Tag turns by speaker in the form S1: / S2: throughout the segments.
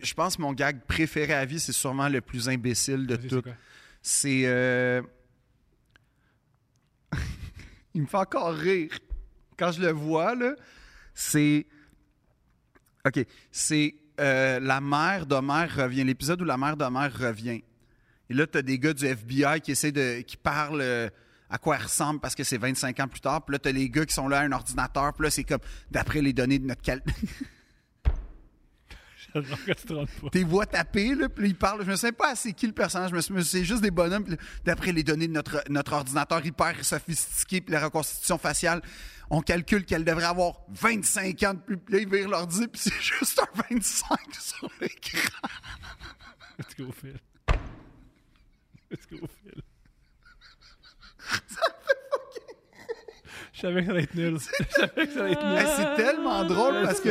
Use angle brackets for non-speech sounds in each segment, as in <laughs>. S1: je pense que mon gag préféré à vie, c'est sûrement le plus imbécile de
S2: Vas-y,
S1: tout.
S2: quoi? <laughs>
S1: C'est. euh, <laughs> Il me fait encore rire. Quand je le vois, là, c'est. OK. C'est euh, la mère d'Homère revient. L'épisode où la mère d'Homère revient. Et là, t'as des gars du FBI qui essaient de. qui parlent. euh, à quoi elle ressemble parce que c'est 25 ans plus tard. Puis là, t'as les gars qui sont là à un ordinateur. Puis là, c'est comme, d'après les données de notre <laughs> cal...
S2: J'adore que tu te trompes pas.
S1: tes voix tapées, là, puis là, ils parlent. Je me sais pas c'est qui le personnage, je me suis- mais c'est juste des bonhommes. puis là, D'après les données de notre, notre ordinateur hyper sophistiqué, puis la reconstitution faciale, on calcule qu'elle devrait avoir 25 ans de plus. Puis là, ils virent l'ordi, puis c'est <laughs> juste un 25 sur l'écran.
S2: Let's go, Phil. Let's go, Phil. <laughs> Je savais que ça allait être <laughs> nul. Je savais que ça allait être nul.
S1: Hey, c'est tellement drôle parce que.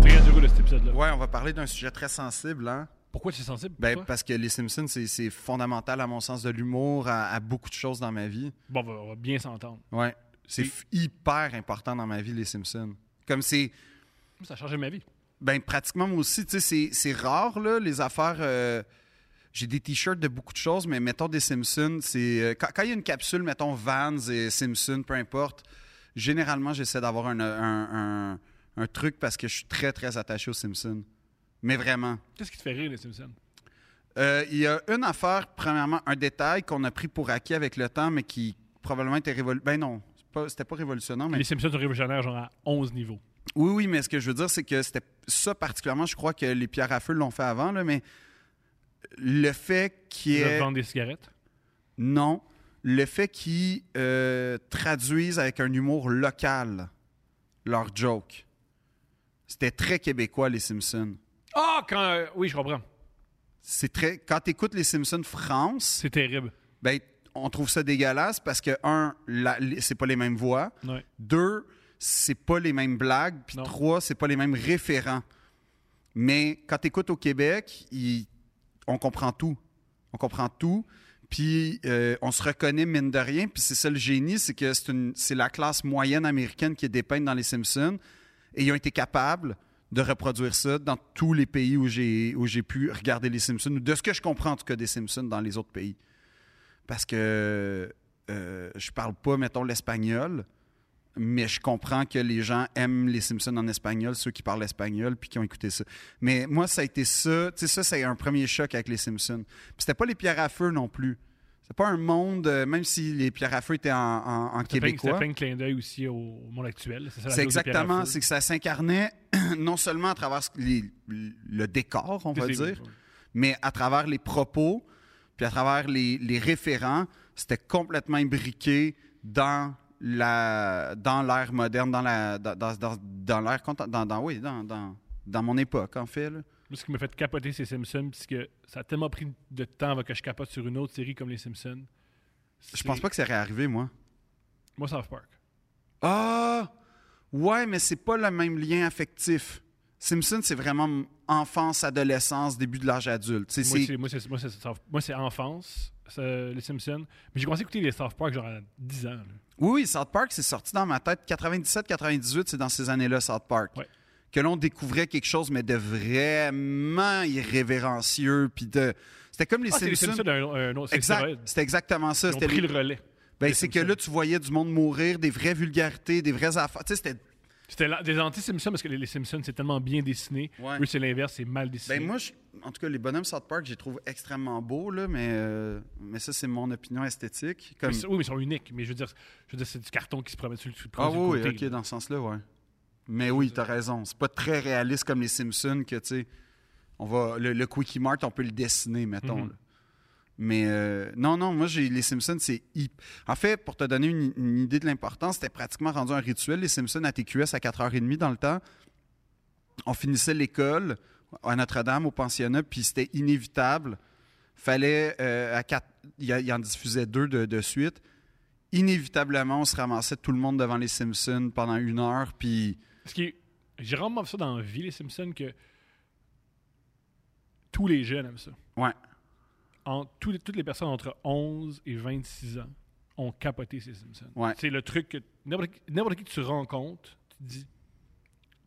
S2: Très heureux de cet épisode-là.
S1: Ouais, on va parler d'un sujet très sensible, hein?
S2: Pourquoi tu es sensible?
S1: Ben,
S2: Pourquoi?
S1: parce que les Simpsons, c'est- c'est fondamental à mon sens de l'humour, à, à beaucoup de choses dans ma vie.
S2: Bon, on va- on va bien s'entendre.
S1: Ouais. C'est
S2: Et-
S1: f- hyper important dans ma vie, les Simpsons. Comme c'est.
S2: Moi, Ça a changé ma vie.
S1: Ben, pratiquement, moi aussi, tu sais, c'est- c'est rare, là, les affaires. euh, J'ai des t-shirts de beaucoup de choses, mais mettons des Simpsons, c'est. euh, quand quand il y a une capsule, mettons Vans et Simpsons, peu importe, généralement, j'essaie d'avoir un, un- un- un truc parce que je suis très, très attaché aux Simpsons. Mais vraiment.
S2: Qu'est-ce qui te fait rire, les Simpsons?
S1: Euh, Il y a une affaire, premièrement, un détail qu'on a pris pour acquis avec le temps, mais qui probablement était révolutionnaire. Ben non, c'est pas- c'était pas révolutionnaire, mais.
S2: Les Simpsons sont révolutionnaires, genre à 11 niveaux.
S1: Oui, oui, mais ce que je veux dire, c'est que c'était ça particulièrement, je crois que les pierres à feu l'ont fait avant, là, mais le fait qu'il y
S2: Ils
S1: ait...
S2: vendent des cigarettes.
S1: Non, le fait qu'ils euh, traduisent avec un humour local leurs jokes. C'était très québécois, les Simpsons.
S2: Ah, quand. euh, oui, je comprends.
S1: C'est très... Quand tu écoutes les Simpsons France,
S2: C'est terrible.
S1: ben, on trouve ça dégueulasse parce que, un, la- les- c'est pas les mêmes voix.
S2: Ouais.
S1: Deux, c'est pas les mêmes blagues. Puis
S2: Non.
S1: trois, c'est pas les mêmes référents. Mais quand t'écoutes au Québec, il- on comprend tout. On comprend tout. Puis euh, on se reconnaît mine de rien. Puis c'est ça le génie, c'est que c'est une- c'est la classe moyenne américaine qui est dépeinte dans les Simpsons. Et ils ont été capables de reproduire ça dans tous les pays où j'ai où j'ai pu regarder les Simpsons, ou de ce que je comprends en tout cas des Simpsons dans les autres pays. Parce que euh, je parle pas, mettons, l'espagnol, mais je comprends que les gens aiment les Simpsons en espagnol, ceux qui parlent espagnol puis qui ont écouté ça. Mais moi, ça a été ça. Tu sais, ça, c'est un premier choc avec les Simpsons. Puis c'était pas les pierres à feu non plus. C'était pas un monde, euh, même si les pierres à feu étaient en, en- en
S2: Ça fait
S1: québécois.
S2: plein de clin d'œil aussi au, au monde actuel. C'est ça la
S1: C'est
S2: joke de Pierre
S1: exactement,
S2: Lafeu.
S1: c'est que ça s'incarnait <clears throat> non seulement à travers ce- les- le décor, on va
S2: C'est-
S1: dire, mais à travers les propos, puis à travers les, les référents, c'était complètement imbriqué dans la dans l'ère moderne, dans la dans, dans, dans- dans l'ère content- dans, dans- oui, dans, dans, dans mon époque en fait. là.
S2: Moi, ce qui m'a fait capoter, c'est Simpsons, puisque ça a tellement pris de temps avant que je capote sur une autre série comme les Simpsons.
S1: Je pense pas que c'est réarrivé moi.
S2: Moi, South Park.
S1: Ah ouais, mais c'est pas le même lien affectif. Simpson, c'est vraiment enfance, adolescence, début de l'âge adulte. C'est-
S2: Moi,
S1: c'est-
S2: c'est- Moi, c'est moi, c'est South- moi, c'est enfance, ça, les Simpsons. Mais j'ai commencé à écouter les South Park genre à 10 ans. là.
S1: Oui, oui, South Park, c'est sorti dans ma tête. 97-98, c'est dans ces années-là, South Park.
S2: Ouais.
S1: Que l'on découvrait quelque chose, mais de vraiment irrévérencieux. Puis de... C'était comme les
S2: Ah, c'est les
S1: Simpsons.
S2: Simpsons, un, un autre. c'est
S1: exact.
S2: stéroïde.
S1: C'était exactement ça.
S2: Ils ont
S1: C'était
S2: pris
S1: les-
S2: le relais.
S1: Ben,
S2: Les
S1: c'est que
S2: Simpsons.
S1: là, tu voyais du monde mourir, des vraies vulgarités, des vraies affaires. Tu sais, c'était. ben,
S2: C'était la- des anti-Simpsons parce que les, les Simpsons, c'est tellement bien dessiné.
S1: Ouais.
S2: Eux, c'est l'inverse, c'est mal dessiné.
S1: Ben, moi, je- en tout cas, les bonhommes South Park, je les trouve extrêmement beaux, là, mais, euh, mais ça, c'est mon opinion esthétique. Comme...
S2: Mais c'est- oui, mais ils sont uniques. Mais je veux dire, je veux dire c'est du carton qui se promène sur le sur le
S1: Ah
S2: du
S1: oui,
S2: côté,
S1: oui,
S2: là.
S1: ok, dans ce sens-là, ouais. Mais oui, t'as raison. C'est pas très réaliste comme les Simpsons que, tu sais, on va, le, le Quickie Mart, on peut le dessiner, mettons.
S2: Mhm.
S1: là. Mais euh, non, non, moi, j'ai les Simpsons, c'est hip. En fait, pour te donner une, une idée de l'importance, c'était pratiquement rendu un rituel, les Simpsons à TQS à 4h30 dans le temps. On finissait l'école à Notre-Dame, au pensionnat, puis c'était inévitable. Fallait, euh, à quatre, il y a- il en diffusait deux de- de suite inévitablement, on se ramassait tout le monde devant les Simpsons pendant une heure, puis
S2: Ce qui est- J'ai rarement vu ça dans la vie, les Simpsons, que tous les jeunes aiment ça.
S1: ouais.
S2: En, tous les- toutes les personnes entre 11 et 26 ans ont capoté ces Simpsons.
S1: Ouais.
S2: C'est le truc que n'importe qui- n'importe qui que tu rencontres, tu te dis,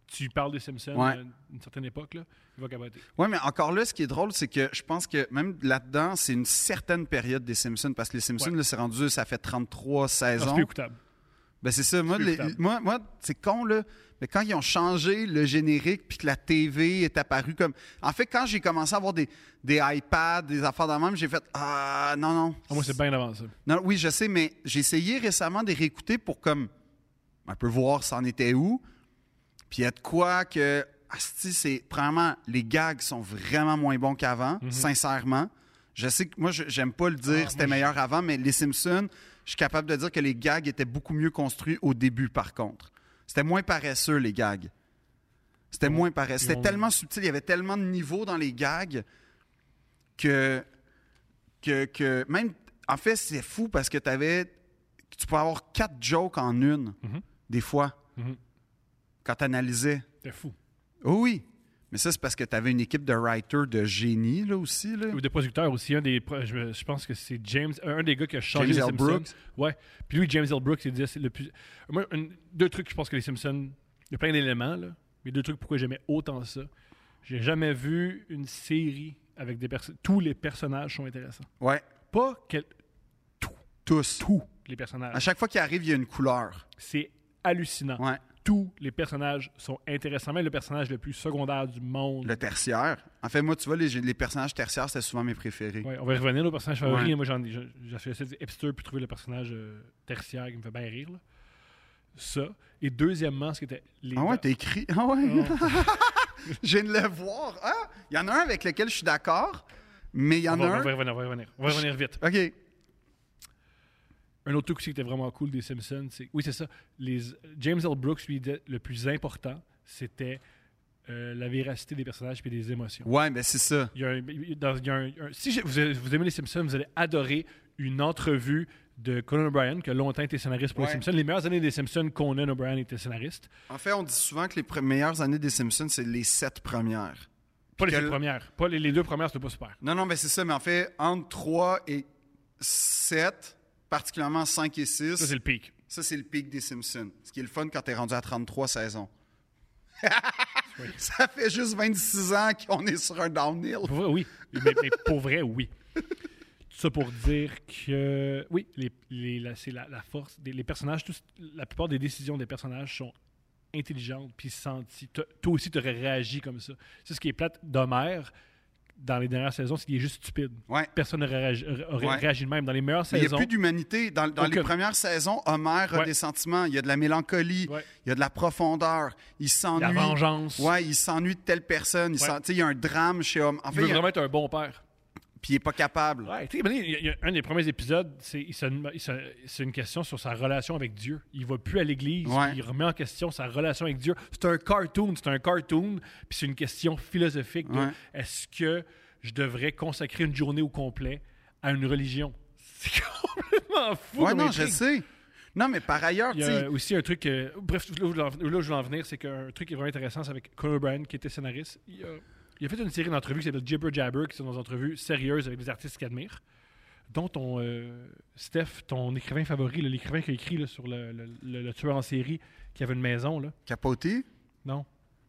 S2: tu parles des Simpsons
S1: Ouais.
S2: à une certaine époque, là, il va capoter.
S1: Ouais, mais encore là, ce qui est drôle, c'est que je pense que même là-dedans, c'est une certaine période des Simpsons, parce que les Simpsons,
S2: Ouais.
S1: là, c'est rendu, ça fait 33
S2: Ah, C'est
S1: saisons.
S2: plus écoutable.
S1: Ben c'est ça. Moi,
S2: plus
S1: les-
S2: écoutable.
S1: moi, moi, c'est con, là. Mais quand ils ont changé le générique puis que la TV est apparue comme. En fait, quand j'ai commencé à avoir des, des iPads, des affaires dans le même, j'ai fait Ah, non, non.
S2: Ah, moi, c'est bien avant ça.
S1: Non, oui, je sais, mais j'ai essayé récemment de les réécouter pour comme un peu voir s'en était où. Puis il y a de quoi que. Asti, c'est. Premièrement, les gags sont vraiment moins bons qu'avant, sincèrement. Je sais que moi, je- j'aime pas le dire,
S2: Mhm. Ah,
S1: c'était
S2: moi, je-
S1: meilleur avant, mais les Simpsons, je suis capable de dire que les gags étaient beaucoup mieux construits au début, par contre. C'était moins paresseux, les gags. C'était moins paresseux. C'était
S2: on-
S1: tellement subtil, il y avait tellement de niveaux dans les gags que que, que même en fait c'est fou parce que t'avais tu pouvais avoir quatre jokes en une
S2: Mhm.
S1: des fois
S2: Mhm.
S1: quand t'analysais
S2: C'était fou.
S1: oh oui mais ça c'est parce que t'avais une équipe de writers de génie là aussi là
S2: Ou de producteurs aussi. Un des, pro- je, me- je pense que c'est James, un un des gars qui a changé
S1: James
S2: les
S1: L.
S2: Simpsons.
S1: Brooks.
S2: Ouais. Puis lui, James L. Brooks, il disait c'est le plus. Moi, un- deux trucs, je pense que les Simpsons, il y a plein d'éléments, là. Mais deux trucs pourquoi j'aimais autant ça. J'ai jamais vu une série avec des personnes. Tous les personnages sont intéressants.
S1: ouais
S2: Pas quel-
S1: tous
S2: tous les
S1: à
S2: personnages.
S1: chaque fois qu'il arrive il y a une couleur
S2: C'est hallucinant.
S1: Ah, ouais
S2: Tous les personnages sont intéressants. Même le personnage le plus secondaire du monde.
S1: le tertiaire en fait moi tu vois les, les personnages tertiaires c'était souvent mes préférés
S2: Ouais, on va y revenir au personnage favori.
S1: Ouais.
S2: Moi, j'en ai, j'en- j'ai essayé de hipster puis trouver le personnage euh, tertiaire qui me fait bien rire. là. Ça. Et deuxièmement, ce qui était. Les
S1: ah ouais t'as écrit ah ouais
S2: Non.
S1: <laughs> je viens de le voir ah il y en a un avec lequel je suis d'accord mais il y
S2: on,
S1: en
S2: va,
S1: a
S2: on
S1: un
S2: va y revenir, on va y revenir. On va y revenir vite.
S1: ok
S2: Un autre truc aussi qui était vraiment cool des Simpsons, c'est. Oui, c'est ça. Les, James L. Brooks, lui, disait le plus important, c'était euh, la véracité des personnages puis des émotions.
S1: ouais mais c'est ça
S2: Il y a un- il- dans- il y a un- un- si j'ai- vous, avez- vous aimez les Simpsons, vous allez adorer une entrevue de Conan O'Brien, qui a longtemps été scénariste pour
S1: Ouais.
S2: les Simpsons. Les meilleures années des Simpsons, Conan O'Brien était scénariste.
S1: En fait, on dit souvent que les pre- meilleures années des Simpsons, c'est les sept premières.
S2: Pas les
S1: Quel-
S2: deux premières. Pas les, les deux premières, c'était pas super.
S1: Non, non, mais c'est ça, mais en fait, entre 3 et 7, particulièrement 5 et 6,
S2: Ça, c'est le pic.
S1: ça, c'est le pic des Simpsons. Ce qui est le fun quand t'es rendu à 33 saisons. <laughs> ça fait juste 26 ans qu'on est sur un downhill.
S2: Pour vrai, oui. Mais,
S1: <laughs>
S2: mais pour vrai, oui. Tout ça pour dire que, oui, les, les- la- c'est la, la force. Des, les personnages, tous- la plupart des décisions des personnages sont intelligentes puis senties. Toi toi aussi, tu aurais réagi comme ça. C'est ce qui est plate d'Homer dans les dernières saisons, c'est qu'il est juste stupide.
S1: Ouais.
S2: Personne n'aurait réagi, aurait
S1: Ouais.
S2: réagi de même. Dans les meilleures
S1: Mais Il n'y
S2: saisons,
S1: a plus d'humanité. Dans, dans les
S2: Aucune.
S1: premières saisons, Homer a
S2: Ouais.
S1: des sentiments. Il y a de la mélancolie,
S2: Ouais.
S1: il y a de la profondeur. Il
S2: la
S1: s'ennuie.
S2: vengeance.
S1: Ouais, il s'ennuie de telle personne. Il
S2: Ouais.
S1: s'en- tu sais, il y a un drame chez Homer. En
S2: Il
S1: fait,
S2: veut
S1: il y a-
S2: vraiment être un bon père.
S1: puis il n'est pas capable.
S2: Ouais, tu sais, ben, il y a- il y a un des premiers épisodes, c'est il se dem- il se- c'est une question sur sa relation avec Dieu. Il va plus à l'église,
S1: Ouais.
S2: puis il remet en question sa relation avec Dieu. C'est un cartoon, c'est un cartoon, puis c'est une question philosophique de
S1: Ouais.
S2: est-ce que je devrais consacrer une journée au complet à une religion <laughs> C'est complètement fou.
S1: Ouais,
S2: comme
S1: non, je
S2: intrigue.
S1: sais. Non, mais par ailleurs,
S2: Il
S1: tu
S2: y a
S1: sais.
S2: aussi un truc, euh, bref, là où, je veux en- là où je veux en venir, c'est qu'un truc qui est vraiment intéressant, c'est avec Conan O'Brien, qui était scénariste. Il a, il a fait une série d'entrevues qui s'appelle Jibber Jabber, qui sont des entrevues sérieuses avec des artistes qu'il admire, dont ton, euh, Steph, ton écrivain favori, là, l'écrivain qui a écrit là, sur le, le- le- le tueur en série qui avait une maison, là.
S1: Capoté?
S2: Non?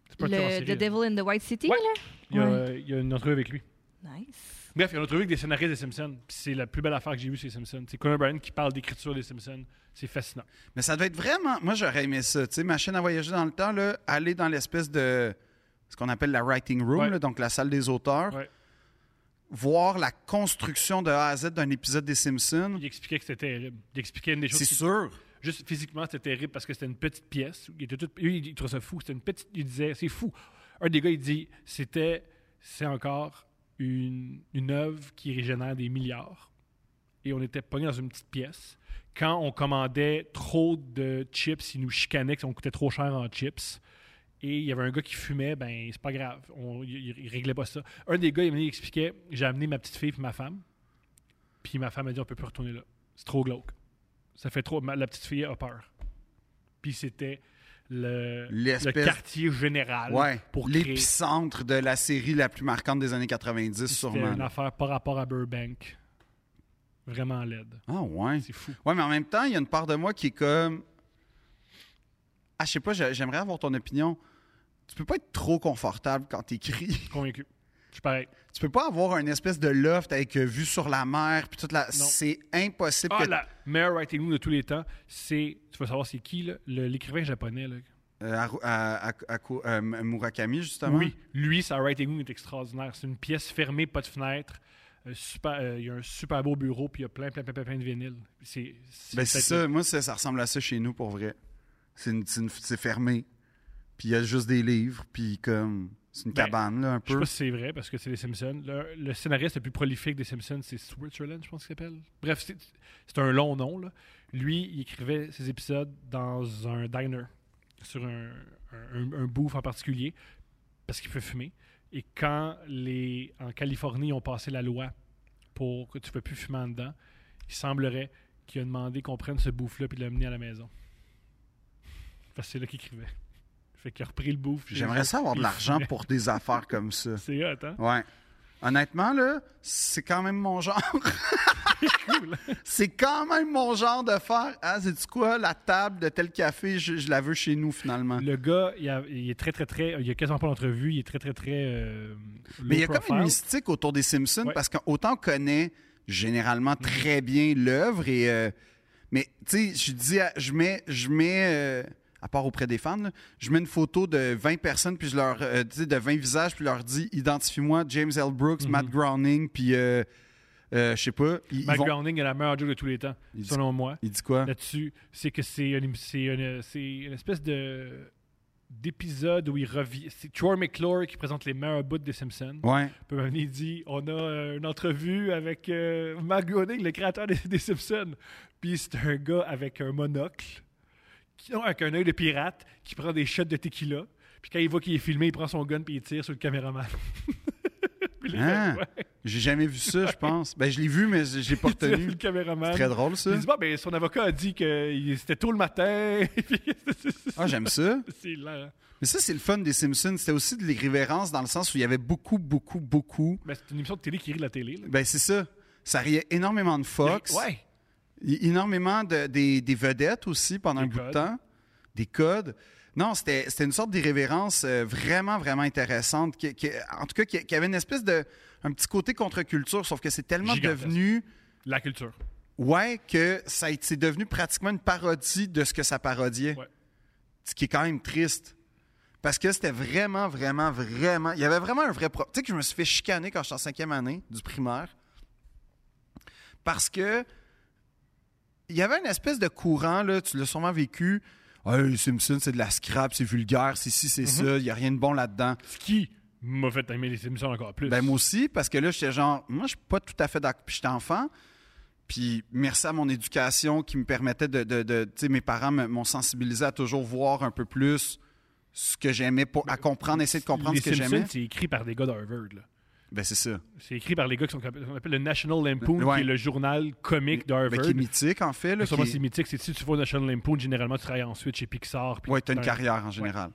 S2: C'est pas un tueur en
S3: Le,
S2: série.
S3: The
S2: là.
S3: Devil in the White City,
S2: Ouais.
S3: là?
S2: Il y, a,
S3: Ouais.
S2: euh, il y a une entrevue avec lui.
S3: Nice.
S2: Bref, il y a une entrevue avec des scénaristes des Simpsons. puis C'est la plus belle affaire que j'ai vue, c'est les Simpsons. C'est Conan O'Brien qui parle d'écriture des Simpsons. C'est fascinant.
S1: Mais ça devait être vraiment. Moi, j'aurais aimé ça. Tu sais, machine à voyager dans le temps, là, aller dans l'espèce de. ce qu'on appelle la writing room,
S2: Ouais.
S1: là, donc la salle des auteurs,
S2: Ouais.
S1: voir la construction de A à Z d'un épisode des Simpsons,
S2: Il expliquait que c'était terrible. Il expliquait une des
S1: c'est
S2: choses. qui-
S1: sûr.
S2: Juste physiquement, c'était terrible parce que c'était une petite pièce. Il, était tout, lui, il trouvait ça fou. C'était une petite. Il disait, c'est fou. Un des gars, il dit, c'était. C'est encore une, une œuvre qui régénère des milliards. Et on était pogné dans une petite pièce. Quand on commandait trop de chips, ils nous chicanaient, que ça coûtait trop cher en chips. et il y avait un gars qui fumait, ben c'est pas grave, on, il, il- il réglait pas ça. Un des gars, il venait, il expliquait, j'ai amené ma petite fille et ma femme, puis ma femme a dit, on peut plus retourner là, c'est trop glauque. Ça fait trop, ma- la petite fille a peur. Puis c'était le, le
S1: L'espèce-
S2: quartier général
S1: Ouais.
S2: pour créer.
S1: L'épicentre de la série la plus marquante des années 90,
S2: C'était
S1: sûrement.
S2: une affaire par rapport à Burbank. Vraiment laide.
S1: Ah, ouais.
S2: C'est fou.
S1: Ouais, mais en même temps, il y a une part de moi qui est comme. Ah, je sais pas, j'a- j'aimerais avoir ton opinion. Tu peux pas être trop confortable quand t'écris. <laughs>
S2: Convaincu. Je suis pareil.
S1: Tu peux pas avoir une espèce de loft avec euh, vue sur la mer puis toute la. C'est impossible.
S2: Ah,
S1: que...
S2: la meilleure writing room de tous les temps, c'est, tu vas savoir c'est qui, là? Le- l'écrivain japonais, là,
S1: Euh, à Ru- à- à- à Ko- euh, Murakami, justement.
S2: Oui, Hein? lui, sa writing room est extraordinaire. C'est une pièce fermée, pas de fenêtre. Euh, super- euh, il y a un super beau bureau, puis il y a plein, plein, plein, plein, plein de vinyles. C'est c'est
S1: Ben, c'est
S2: peut-être-
S1: ça. Moi, ça, ça ressemble à ça chez nous, pour vrai. C'est une- c'est une- c'est fermé. Puis il y a juste des livres. Puis comme. C'est une
S2: Ben,
S1: cabane, là, un
S2: Je sais
S1: peu.
S2: pas si c'est vrai, parce que c'est les Simpsons. Le, le scénariste le plus prolifique des Simpsons, c'est Switzerland, je pense qu'il s'appelle. Bref, c'est c'est un long nom. Là. Lui, il écrivait ses épisodes dans un diner, sur un, un, un- un bouffe en particulier, parce qu'il peut fumer. Et quand les en Californie ils ont passé la loi pour que tu ne peux plus fumer en dedans, il semblerait qu'il a demandé qu'on prenne ce bouffe-là et de l'amener à la maison. Parce que c'est là qu'il écrivait. Fait qu'il a repris le bouffe. chez eux,
S1: J'aimerais ça avoir
S2: puis
S1: de
S2: il
S1: l'argent
S2: fumait.
S1: pour des affaires comme ça.
S2: C'est hot, hein?
S1: Ouais. Honnêtement, là, c'est quand même mon genre. c'est quand même mon genre de faire. Ah, c'est-tu quoi, la table de tel café, je, je la veux chez nous, finalement.
S2: Le gars, il, a- il est très, très, très. Il a quasiment pas d'entrevue. Il est très, très, très. euh,
S1: Mais il y a
S2: low
S1: comme une
S2: profile.
S1: mystique autour des Simpsons
S2: Ouais. Mm-hmm.
S1: parce qu'autant on connaît généralement très bien l'œuvre et. euh, mais, tu sais, je dis, à- je mets. Je mets euh, à part auprès des fans, là, je mets une photo de 20 personnes, puis je leur euh, dis de 20 visages, puis je leur dis identifie-moi James L. Brooks, Matt Groening, puis euh, euh, je sais pas. Ils, ils
S2: Mm-hmm. Matt
S1: vont- Ah.
S2: Groening est la meilleure joke de tous les temps,
S1: Il dit-
S2: selon moi.
S1: Il dit quoi?
S2: Là-dessus, c'est que c'est une, c'est une- c'est une espèce de d'épisode où il revient. C'est Troy McClure qui présente les meilleurs bouts des Simpsons.
S1: Ouais.
S2: Puis maintenant, il dit on a euh, une entrevue avec euh, Matt Groening, le créateur des, des Simpsons. Puis c'est un gars avec un monocle, qui- non, avec un œil de pirate, qui prend des shots de tequila. Puis quand il voit qu'il est filmé, il prend son gun puis il tire sur le caméraman. Puis les
S1: Hein?
S2: gars, <laughs> ouais,
S1: J'ai jamais vu ça, je pense. Ben, je l'ai vu, mais j'ai pas
S2: <laughs> il tire sur
S1: retenu.
S2: le caméraman.
S1: C'est très drôle, ça.
S2: Puis il dit bon, ben, son avocat a dit que il- c'était tôt le matin. <laughs> Puis c'est- c'est-
S1: Ah, j'aime ça.
S2: c'est hilarant.
S1: Mais ça, c'est le fun des Simpsons. C'était aussi de l'irrévérence dans le sens où il y avait beaucoup, beaucoup, beaucoup.
S2: Ben, c'est une émission de télé qui rit de la télé. là.
S1: Ben, c'est ça. Ça riait énormément de Fox.
S2: Ouais.
S1: Y- Énormément de, des, des vedettes aussi pendant
S2: Des
S1: un bout de
S2: codes.
S1: temps. Des codes. Non, c'était c'était une sorte d'irrévérence euh, vraiment, vraiment intéressante. qui- qui- en tout cas, qui, qui avait une espèce de. Un petit côté contre-culture, sauf que c'est tellement
S2: Gigantesque.
S1: devenu.
S2: La culture.
S1: Ouais, que ça a- c'est devenu pratiquement une parodie de ce que ça parodiait.
S2: Ouais.
S1: Ce qui est quand même triste. Parce que c'était vraiment, vraiment, vraiment. Il y avait vraiment un vrai problème. Tu sais que je me suis fait chicaner quand j'étais en cinquième année du primaire. Parce que il y avait une espèce de courant, là, tu l'as sûrement vécu. Hey, les Simpsons, c'est de la scrap, c'est vulgaire, c'est ci, c'est ça, il n'y a rien de bon là-dedans.
S2: Ce qui m'a fait aimer les émissions encore plus.
S1: Ben, moi aussi, parce que là, j'étais genre, moi, je suis pas tout à fait d'accord. Puis j'étais enfant. Puis merci à mon éducation qui me permettait de. de- de- tu sais, mes parents me- m'ont sensibilisé à toujours voir un peu plus ce que j'aimais, pour, à comprendre, essayer de comprendre
S2: les
S1: ce que
S2: Simpsons,
S1: j'aimais.
S2: c'est écrit par des gars d'Harvard. là.
S1: Ben, c'est ça.
S2: C'est écrit par les gars qui sont qu'on appelle le National Lampoon,
S1: Ouais.
S2: qui est le journal comique d'Harvard.
S1: Ben, qui est mythique, en fait. Là,
S2: Pour moi,
S1: qui-
S2: c'est mythique. C'est si tu vas au National Lampoon, généralement, tu travailles ensuite chez Pixar. puis
S1: Ouais, t'as une
S2: dans-
S1: carrière en général.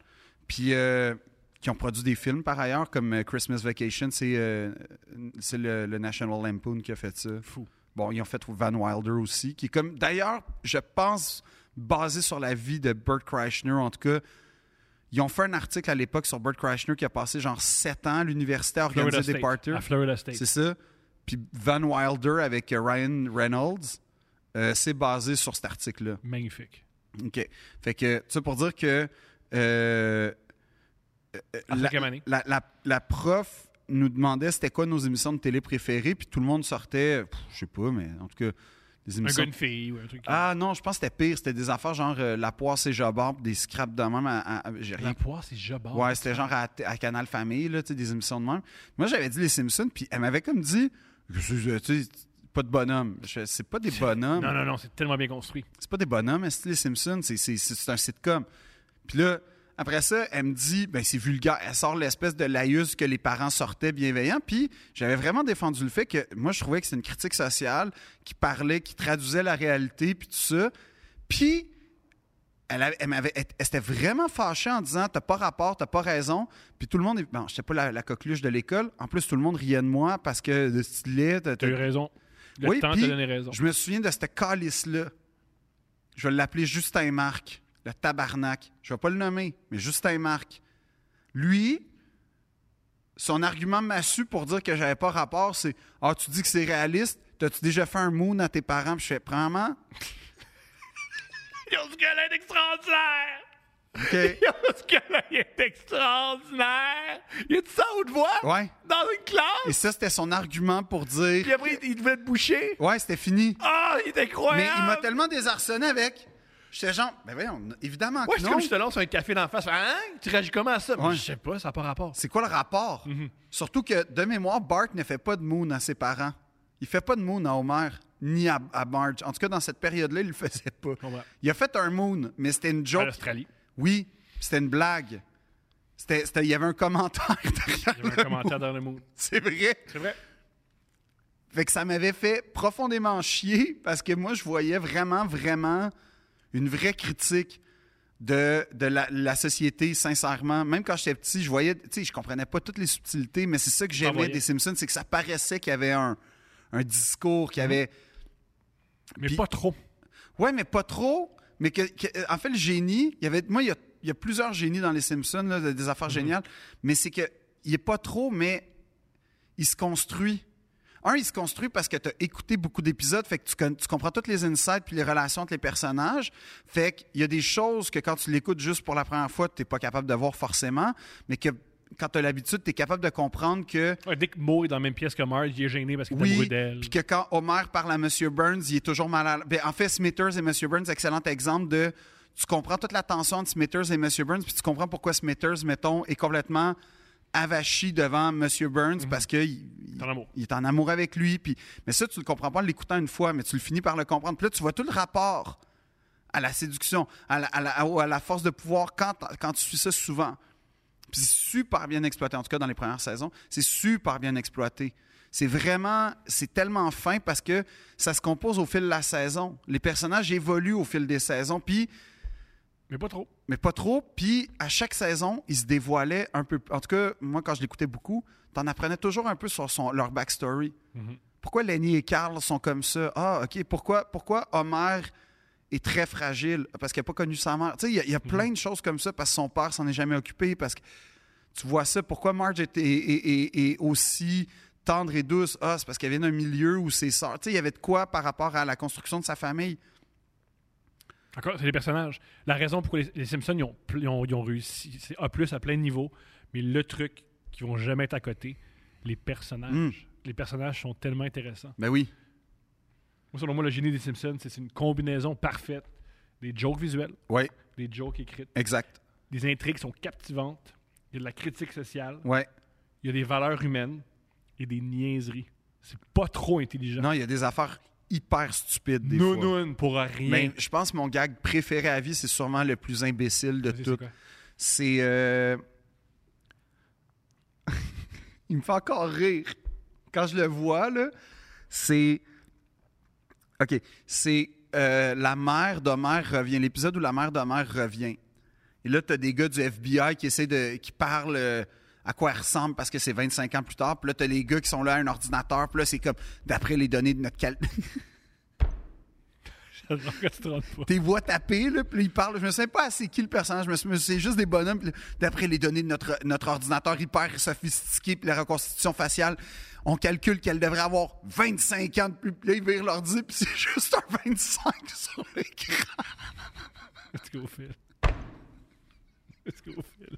S1: Puis, euh, qui ont produit des films par ailleurs, comme euh, Christmas Vacation, c'est, euh, c'est le, le National Lampoon qui a fait ça.
S2: Fou.
S1: Bon, ils ont fait Van Wilder aussi, qui est comme. D'ailleurs, je pense, basé sur la vie de Burt Kreischer, en tout cas, Ils ont fait un article à l'époque sur Bert Krashner qui a passé genre 7 ans à l'université à
S2: Florida
S1: organiser des
S2: State.
S1: parties.
S2: À Florida State.
S1: C'est ça. Puis Van Wilder avec euh, Ryan Reynolds, euh, c'est basé sur cet article-là.
S2: Magnifique.
S1: OK. Fait que, ça pour dire que euh, euh, la,
S2: Cinquième année.
S1: la- la- la prof nous demandait c'était quoi nos émissions de télé préférées, puis tout le monde sortait, pff, je sais pas, mais en tout cas, des
S2: Un gars,
S1: émissions.
S2: une fille ou un truc.
S1: Ah non, je pense que c'était pire. C'était des affaires genre euh, La Poisse et Jobard, puis des scraps de même. à- à- à- J'ai rien
S2: La poire, c'est jobard.
S1: Ouais, c'était genre à, à Canal Famille, là, tu sais, des émissions de même. Moi, j'avais dit les Simpsons, puis elle m'avait comme dit, euh, tu sais, pas de bonhomme. C'est pas des bonhommes.
S2: Non, non, non, c'est tellement bien construit.
S1: C'est pas des bonhommes, est-ce que les Simpsons, c'est, c'est, c'est- c'est un sitcom. Puis là, après ça, elle me dit, ben c'est vulgaire. Elle sort l'espèce de laïus que les parents sortaient bienveillant. Puis j'avais vraiment défendu le fait que moi, je trouvais que c'est une critique sociale qui parlait, qui traduisait la réalité, puis tout ça. Puis elle, avait- elle m'avait, elle, elle s'était vraiment fâchée en disant, t'as pas rapport, t'as pas raison. Puis tout le monde, est- bon, j'étais pas la, la coqueluche de l'école. En plus, tout le monde riait de moi parce que de style, t'as-
S2: T'as
S1: t'as-
S2: eu raison. Le
S1: Oui,
S2: temps
S1: puis-
S2: t'a donné raison.
S1: je me souviens de ce calice-là. Je vais l'appeler Justin Marc, le tabarnak. Je vais pas le nommer, mais Justin Marc. Lui, son argument massu pour dire que j'avais pas rapport, c'est Ah, tu dis que c'est réaliste, t'as-tu déjà fait un moon à tes parents? Puis je fais Premièrement,
S2: Yo, ce gars-là est extraordinaire! <laughs>
S1: OK.
S2: Yo, ce gars-là il est extraordinaire! Il a dit ça à haute voix?
S1: Ouais.
S2: Dans une
S1: Et
S2: classe?
S1: ça, c'était son argument pour dire
S2: Puis après, il devait te boucher?
S1: Ouais, c'était fini.
S2: Ah, il est incroyable!
S1: Mais il m'a tellement désarçonné avec. J'étais genre, ben voyons, évidemment que
S2: Ouais, c'est
S1: non.
S2: comme je te lance un café d'en face. Hein? Tu réagis comment à ça? Mais
S1: Ouais.
S2: Je sais pas, ça n'a pas rapport.
S1: C'est quoi le rapport?
S2: Mhm.
S1: Surtout que, de mémoire, Bart ne fait pas de moon à ses parents. Il fait pas de moon à Homer, ni à, à Marge. En tout cas, dans cette période-là, il le faisait pas.
S2: Comprends.
S1: Il a fait un moon, mais c'était une
S2: À
S1: joke.
S2: l'Australie.
S1: oui, c'était une blague. C'était, c'était- il y avait un commentaire <laughs> derrière.
S2: Il y avait
S1: le
S2: un commentaire dans le mood.
S1: mot. C'est vrai.
S2: C'est vrai?
S1: Fait que ça m'avait fait profondément chier parce que moi, je voyais vraiment, vraiment une vraie critique de, de la, la société, sincèrement. Même quand j'étais petit, je voyais, tu sais, je comprenais pas toutes les subtilités, mais c'est ça que
S2: T'en
S1: j'aimais
S2: voyais.
S1: des Simpsons, c'est que ça paraissait qu'il y avait un, un discours,
S2: Mm-hmm.
S1: qu'il y avait.
S2: Mais
S1: Puis-
S2: pas trop.
S1: Ouais, mais pas trop. Mais que, que- euh, en fait, le génie, il y avait, moi, il y a, il y a plusieurs génies dans les Simpsons, là, de- des affaires géniales. Mais c'est que il est pas trop, mais il se construit. Un, il se construit parce que tu as écouté beaucoup d'épisodes, fait que tu, con- tu comprends toutes les insights puis les relations entre les personnages. Fait qu'il y a des choses que quand tu l'écoutes juste pour la première fois, tu pas capable de voir forcément, mais que quand tu as l'habitude, tu es capable de comprendre que
S2: Ouais, dès que Mo est dans la même pièce que Marge, il est gêné parce qu'il est amoureux
S1: oui,
S2: d'elle.
S1: puis que quand Homer parle à M. Burns, il est toujours mal à l'aise. Ben, En fait, Smithers et M. Burns, excellent exemple de. Tu comprends toute la tension entre Smithers et M. Burns, puis tu comprends pourquoi Smithers, mettons, est complètement avachi devant M. Burns
S2: Mhm.
S1: parce que il- il-
S2: T'es en amour.
S1: il est en amour avec lui. Puis... Mais ça, tu le comprends pas en l'écoutant une fois, mais tu le finis par le comprendre. Puis là, tu vois tout le rapport à la séduction, à la, à la- à- à la force de pouvoir quand, quand tu suis ça souvent. Puis c'est super bien exploité, en tout cas dans les premières saisons. C'est super bien exploité. C'est vraiment, c'est tellement fin parce que ça se compose au fil de la saison. Les personnages évoluent au fil des saisons, puis,
S2: Mais pas trop.
S1: mais pas trop. Puis à chaque saison, ils se dévoilaient un peu. En tout cas, moi, quand je l'écoutais beaucoup, t'en apprenais toujours un peu sur son, leur backstory. Pourquoi Lenny et Carl sont comme ça? Ah, OK. Pourquoi, pourquoi Homer est très fragile? Parce qu'il n'a pas connu sa mère. Tu sais, il y a- il y, a plein de choses comme ça parce que son père s'en est jamais occupé. Parce que tu vois ça. Pourquoi Marge est, est- est- est- est aussi tendre et douce? Ah, c'est parce qu'elle vient d'un milieu où ses sœurs. Tu sais, il y avait de quoi par rapport à la construction de sa famille?
S2: Encore, c'est les personnages. La raison pourquoi les, les Simpsons ils ont, pl- ils ont- ils ont réussi, c'est A à plein niveau, mais le truc qui vont jamais être à côté, les personnages.
S1: Mm.
S2: Les personnages sont tellement intéressants.
S1: Ben oui.
S2: Moi, selon moi, le génie des Simpsons, c'est c'est une combinaison parfaite des jokes visuels,
S1: Oui,
S2: des jokes écrites,
S1: exact.
S2: des intrigues qui sont captivantes, il y a de la critique sociale,
S1: Ouais.
S2: il y a des valeurs humaines et des niaiseries. C'est pas trop intelligent.
S1: Non, il y a des affaires hyper stupides des
S2: non,
S1: fois.
S2: non, pour rien.
S1: Mais je pense que mon gag préféré à vie, c'est sûrement le plus imbécile de
S2: Vas-y,
S1: tout.
S2: Ah, c'est quoi?
S1: C'est. euh, <laughs> Il me fait encore rire. Quand je le vois, là, c'est. OK. C'est euh, la mère d'Homer revient. L'épisode où la mère d'Homer revient. Et là, tu as des gars du FBI qui essaient de. qui parlent. euh, à quoi elle ressemble parce que c'est 25 ans plus tard. Puis là, t'as les gars <laughs> qui sont là à un ordinateur. Puis là, c'est comme, d'après les données de notre cal...
S2: J'adore quand tu te rends pas. <laughs>
S1: T'es voix tapées, là, puis là, ils parlent. Je me sais pas c'est qui le personnage, je me suis- c'est juste des bonhommes. puis là, D'après les données de notre, notre ordinateur hyper sophistiqué, puis la reconstitution faciale, on calcule qu'elle devrait avoir 25 ans de plus. Puis là, ils virent l'ordi, puis <laughs> c'est juste un 25 sur l'écran.
S2: Let's go, Phil. Let's go, Phil.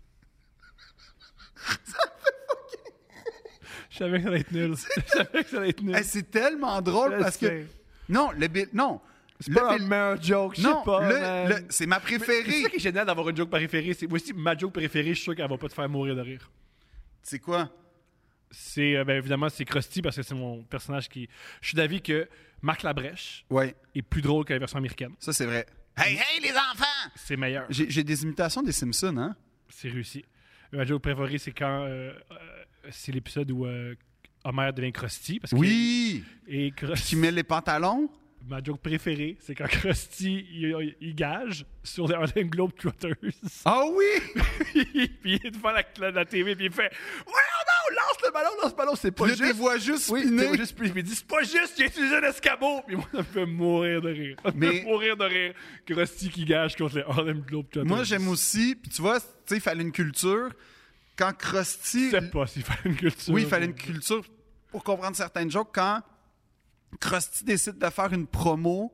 S2: Je savais que ça allait être nul. <laughs> Je savais que ça allait être nul.
S1: Hey, c'est tellement drôle
S3: Let's
S1: parce que.
S3: play.
S1: Non, le Bill. Non.
S3: C'est
S1: Le
S3: pas le
S1: Bill-
S3: meilleur joke, je sais
S1: Non,
S3: pas.
S1: le-
S3: man.
S1: le- c'est ma
S2: C'est ça
S1: préférée.
S2: qui est génial d'avoir une joke périphérie. C'est, voici ma joke périphérie, je suis sûr qu'elle va pas te faire mourir de rire.
S1: C'est quoi?
S2: C'est, euh, ben, évidemment, c'est Krusty parce que c'est mon personnage qui. Je suis d'avis que Marc Labrèche
S1: Ouais,
S2: est plus drôle que la version américaine.
S1: ça, c'est vrai. Hey, hey, les enfants!
S2: C'est meilleur.
S1: J'ai j'ai des imitations des Simpsons, hein?
S2: C'est réussi. Ma joke préférée, c'est quand. euh, euh, c'est l'épisode où euh, Homer devient Krusty. Parce que-
S1: Oui!
S2: Et Krusty.
S1: Qui met les pantalons?
S2: Ma joke préférée, c'est quand <laughs> Krusty il, il gage sur les Harlem Globetrotters. <laughs>
S1: Ah oui!
S2: puis il est devant la, la- la TV puis il fait
S3: Ouais, non, lance le ballon, lance le ballon, c'est pas
S1: Là,
S3: juste.
S1: tu vois juste
S3: Oui,
S1: spinner.
S3: t'es juste plus.
S2: Il dit c'est pas juste, il a utilisé un escabeau! Puis moi, ça me fait mourir de rire. Ça me
S1: Mais-
S2: fait mourir de rire. Krusty qui gage contre les Harlem Globetrotters.
S1: Moi, j'aime aussi. Puis tu vois, tu sais, il fallait une culture. Quand Krusty.
S2: Je sais pas s'il fallait une culture.
S1: Oui, il fallait une culture pour comprendre certaines jokes. Quand Krusty décide de faire une promo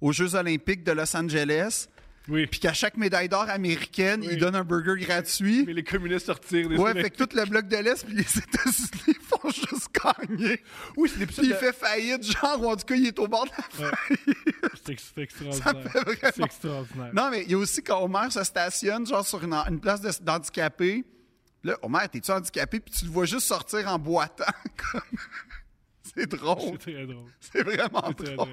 S1: aux Jeux Olympiques de Los Angeles,
S2: Oui.
S1: puis qu'à chaque médaille d'or américaine,
S2: Oui.
S1: il donne un burger gratuit.
S2: Mais les communistes sortirent des
S1: Ouais,
S2: des-
S1: fait que tout le bloc de l'Est puis les États-Unis <laughs> font juste gagner.
S2: Oui, c'est l'épisode.
S1: Puis il
S2: de-
S1: fait faillite, genre, ou en tout cas, il est au bord de la
S2: Ouais. C'est ex- c'est extraordinaire.
S1: fait vraiment-
S2: C'est extraordinaire.
S1: Non, mais il y a aussi quand Homer se stationne, genre sur une, une place de- d'handicapé. Là, Homer, t'es-tu handicapé? Puis tu le vois juste sortir en boitant. <laughs> comme- c'est
S2: C'est <laughs>
S1: drôle.
S2: très drôle.
S1: C'est vraiment
S2: très,
S1: drôle.
S2: très drôle.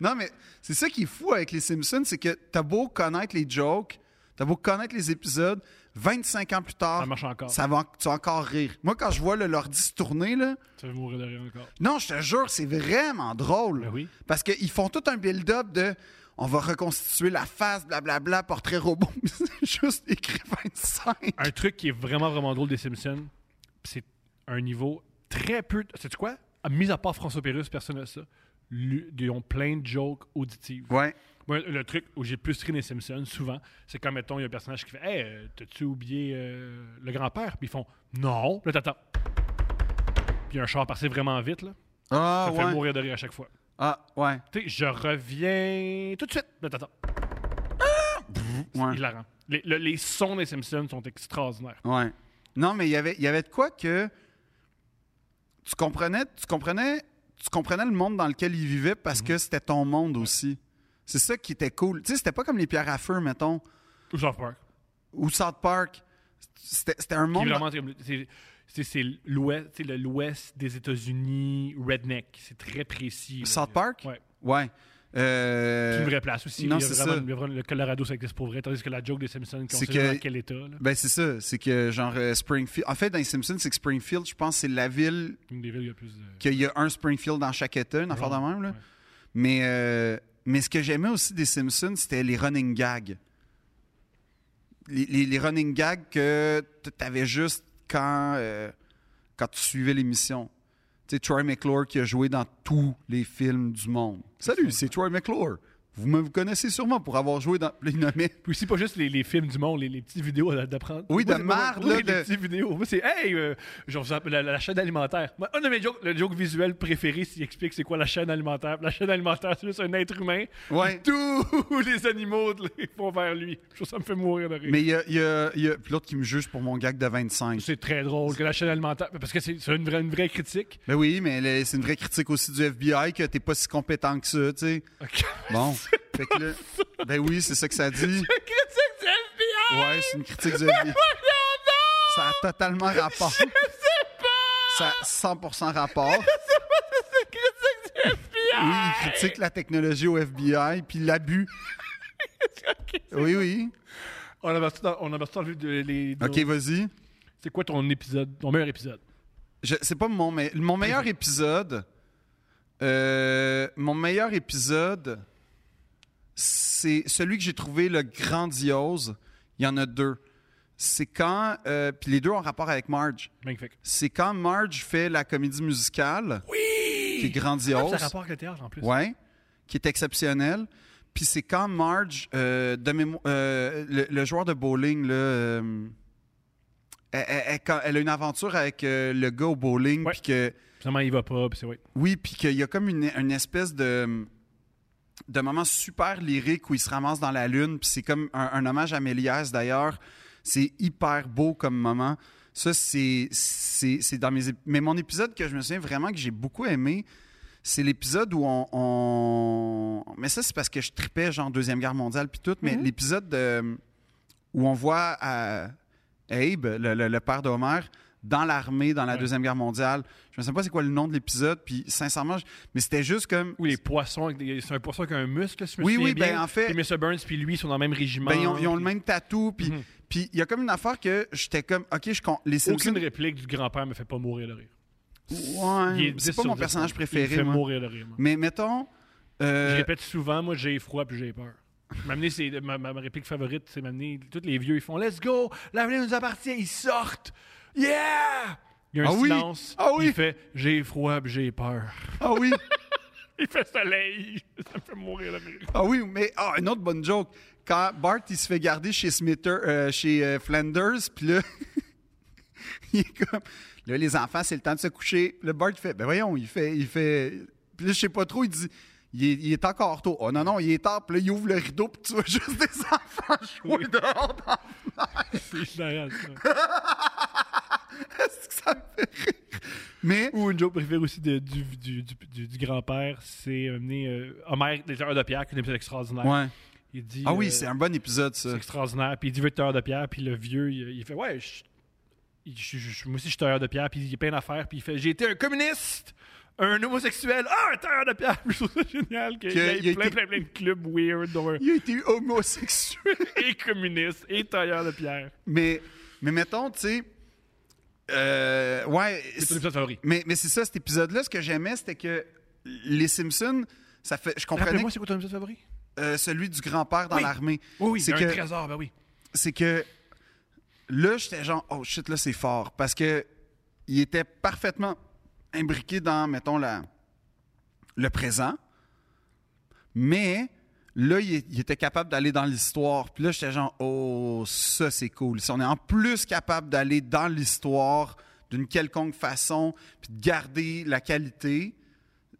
S1: Non, mais c'est ça qui est fou avec les Simpsons, c'est que t'as beau connaître les jokes, t'as beau connaître les épisodes, 25 ans plus tard,
S2: Ça marche encore.
S1: ça va, tu vas encore rire. Moi, quand je vois le l'ordi se tourner, là,
S2: Tu vas mourir de rire encore.
S1: non, je te jure, c'est vraiment drôle.
S2: Ben oui.
S1: Parce qu'ils font tout un build-up de on va reconstituer la face, blablabla, portrait robot. <laughs> Mais c'est juste écrit 25.
S2: un truc qui est vraiment, vraiment drôle des Simpsons, pis c'est un niveau très peu. Sais-tu quoi? À- Mis à part François Pérus, personne n'a ça. Lu- Ils ont plein de jokes auditives.
S1: Ouais.
S2: Moi, le truc où j'ai le plus ri des Simpsons, souvent, c'est quand, mettons, il y a un personnage qui fait Hey, euh, t'as-tu oublié euh, le grand-père? Puis ils font Non. Puis Là, t'attends. Puis il y a un char passé vraiment vite, là.
S1: Ah,
S2: Ça fait
S1: ouais.
S2: mourir de rire à chaque fois.
S1: Ah, ouais.
S2: Tu sais, je reviens tout de suite. Là, t'attends.
S1: Ouais.
S2: Hilarant. Les, le- les sons des Simpsons sont extraordinaires.
S1: Ouais. Non, mais il y avait- il y avait de quoi que tu comprenais, tu comprenais, tu comprenais le monde dans lequel il vivait parce
S2: Mhm.
S1: que c'était ton monde aussi. C'est ça qui était cool. Tu sais, c'était pas comme les pierres à feu, mettons,
S2: Ou South Park.
S1: ou South Park. C'était c'était un
S2: Qui
S1: monde.
S2: est vraiment terrible. C'est- c'est- C'est l'ouest c'est le- l'ouest des États-Unis, redneck. C'est très précis. là.
S1: South Park?
S2: Ouais.
S1: Ouais.
S2: C'est
S1: Euh,
S2: une vraie place aussi.
S1: non,
S2: il y a
S1: c'est
S2: vraiment,
S1: ça.
S2: il y a vraiment- le Colorado, ça existe pour vrai. Tandis que la joke des Simpsons, qu'on
S1: C'est
S2: sait jamais
S1: que-
S2: dans quel état. là.
S1: Ben, c'est ça. C'est que, genre, euh, Springfield. En fait, dans les Simpsons, c'est que Springfield, je pense, c'est la ville
S2: Une des villes, il y a plus de.
S1: qu'il y a un Springfield dans chaque État, une affaire de même, là. Mais, euh, mais ce que j'aimais aussi des Simpsons, c'était les running gags. Les, les- les running gags que t- t'avais juste quand, euh, quand tu suivais l'émission. Tu sais, Troy McClure qui a joué dans tous les films du monde. Salut, c'est Troy McClure. Vous me vous connaissez sûrement pour avoir joué dans. Là, il nommait-
S2: Puis aussi, pas juste les, les films du monde, les, les petites vidéos à- d'apprendre.
S1: Oui,
S2: Moi,
S1: de
S2: c'est pas-
S1: marde,
S2: oui,
S1: là,
S2: Les
S1: de-
S2: petites vidéos. Moi, c'est Hey, euh, genre, ça- la, la chaîne alimentaire. Moi, un de mes jokes, le joke visuel préféré, s'il explique c'est quoi la chaîne alimentaire. La chaîne alimentaire, c'est juste un être humain.
S1: <laughs> Ouais.
S2: Tous les animaux de- vont vers lui. Je trouve ça me fait mourir de rire.
S1: Mais il y a, il y a- il y a- puis l'autre qui me juge pour mon gag de 25.
S2: C'est très drôle que la chaîne alimentaire. Parce que c'est c'est une vraie, une vraie
S1: <laughs>
S2: critique.
S1: Ben oui, mais le- c'est une vraie critique aussi du FBI que t'es pas si compétent que ça, tu sais.
S2: Ah,
S1: Bon. Fait que là- ben oui, c'est ça que ça
S2: <laughs>
S1: dit.
S2: critique du FBI!
S1: Ouais, c'est une critique
S2: <laughs>
S1: du FBI. Ça a totalement rapport. Ça a 100% rapport.
S2: critique du FBI!
S1: Oui, il critique la technologie au FBI puis
S2: <laughs>
S1: l'abus. Oui, oui.
S2: On a dans, on a le de, les.
S1: OK, vas-y.
S2: C'est quoi ton épisode, ton meilleur épisode?
S1: Je- C'est pas mon, me- mon meilleur épisode. euh, mon meilleur épisode, c'est celui que j'ai trouvé le grandiose. Il y en a deux. C'est quand, euh, puis les deux ont rapport avec Marge.
S2: Magnifique.
S1: C'est quand Marge fait la comédie musicale,
S2: Oui! Ah,
S1: qui est grandiose,
S2: Ça rapporte avec le théâtre en plus.
S1: ouais, qui est exceptionnelle. Puis c'est quand Marge, euh, de mémo- euh, le, le joueur de bowling, là, euh, elle, elle- elle- quand- elle a une aventure avec euh, le gars au bowling,
S2: Ouais.
S1: puis que
S2: Finalement, il va pas, puis c'est ouais.
S1: oui, puis qu'il y a comme une, une espèce de, de moment super lyrique où il se ramasse dans la lune, puis c'est comme un, un hommage à Méliès d'ailleurs. C'est hyper beau comme moment. Ça, c'est c'est- c'est dans mes... ép- Mais mon épisode que je me souviens vraiment que j'ai beaucoup aimé, c'est l'épisode où on, on- Mais ça, c'est parce que je tripais genre Deuxième Guerre mondiale puis tout,
S2: Mm-hmm.
S1: mais l'épisode de- où on voit euh, Abe, le, le- le père d'Homer, dans l'armée, dans la
S2: Ouais.
S1: Deuxième Guerre mondiale. Je me souviens pas c'est quoi le nom de l'épisode, puis sincèrement, je- mais c'était juste comme...
S2: Ou les poissons, avec des- c'est un poisson qui a un muscle, si je me
S1: Oui,
S2: souviens
S1: oui,
S2: bien.
S1: ben en fait...
S2: Puis Mr. Burns, puis lui, sont dans le même régiment.
S1: Ben, ils, ont, ils ont le
S2: puis
S1: même tatou. Puis
S2: Mhm.
S1: puis il y a comme une affaire que j'étais comme, OK, je compte. Les Simpsons.
S2: Aucune réplique du grand-père me fait pas mourir de rire.
S1: Ouais,
S2: Il est 10
S1: c'est pas
S2: sur
S1: mon
S2: 10,
S1: personnage
S2: moi. Il me
S1: préféré.
S2: fait
S1: moi.
S2: mourir de rire. moi.
S1: Mais mettons. euh,
S2: Je répète souvent, moi, j'ai froid puis j'ai peur. M'amener, c'est ma, ma- ma réplique favorite, c'est m'amener. Tous les vieux, ils font Let's go, l'avenir nous appartient, ils sortent, yeah! Il y a un
S1: Ah oui!
S2: silence.
S1: Ah oui!
S2: Il fait J'ai froid puis j'ai peur.
S1: Ah oui,
S2: <laughs> Il fait soleil. <laughs> Ça me fait mourir de rire.
S1: ah oui, mais ah, une autre bonne joke. Quand Bart, il se fait garder chez Smitter, euh, chez euh, Flanders, puis là, <laughs> il est comme, là, les enfants, c'est le temps de se coucher. Le Bart, il fait, ben voyons, il fait, il fait, puis là, je sais pas trop, il dit, il est, il est encore tôt. Oh non, non, il est tard, puis là, il ouvre le rideau, puis tu vois juste des <laughs> enfants jouer dehors dans
S2: C'est hilarant, ça.
S1: Est-ce que ça me fait rire? Mais
S2: Ou une joke préférée aussi de- du, du, du, du- du grand-père, c'est m'amener euh, Homer, les heures de pierre, qui est un épisode extraordinaire. Il dit,
S1: Ah
S2: euh,
S1: oui, c'est un bon épisode ça.
S2: C'est extraordinaire. Puis il dit veux heure de pierre, puis le vieux, il, il fait ouais, je, je- je- je- moi aussi je suis tailleur de pierre, puis il y a plein d'affaires, puis il fait j'ai été un communiste, un homosexuel, ah, un tailleur de pierre. <laughs> Puis je trouve ça génial qu'il y ait
S1: il a
S2: plein, plein,
S1: été-
S2: plein, de clubs weird, dont un-
S1: Il a été homosexuel.
S2: et communiste, et tailleur de pierre.
S1: <laughs> mais mais mettons, tu sais euh, ouais,
S2: C'est ton
S1: c'est-
S2: épisode favori.
S1: mais mais c'est ça cet épisode là ce que j'aimais c'était que les Simpsons ça fait je comprenais
S2: Rappelle-moi, c'est quoi ton épisode favori
S1: euh, celui du grand-père dans
S2: Oui.
S1: l'armée. c'est
S2: un
S1: que
S2: trésor, ben oui.
S1: c'est que là, j'étais genre, oh shit, là, c'est fort. Parce que il était parfaitement imbriqué dans, mettons, la, le présent. Mais là, il, est- il était capable d'aller dans l'histoire. Puis là, j'étais genre, oh, ça, c'est cool. Si on est en plus capable d'aller dans l'histoire d'une quelconque façon, puis de garder la qualité,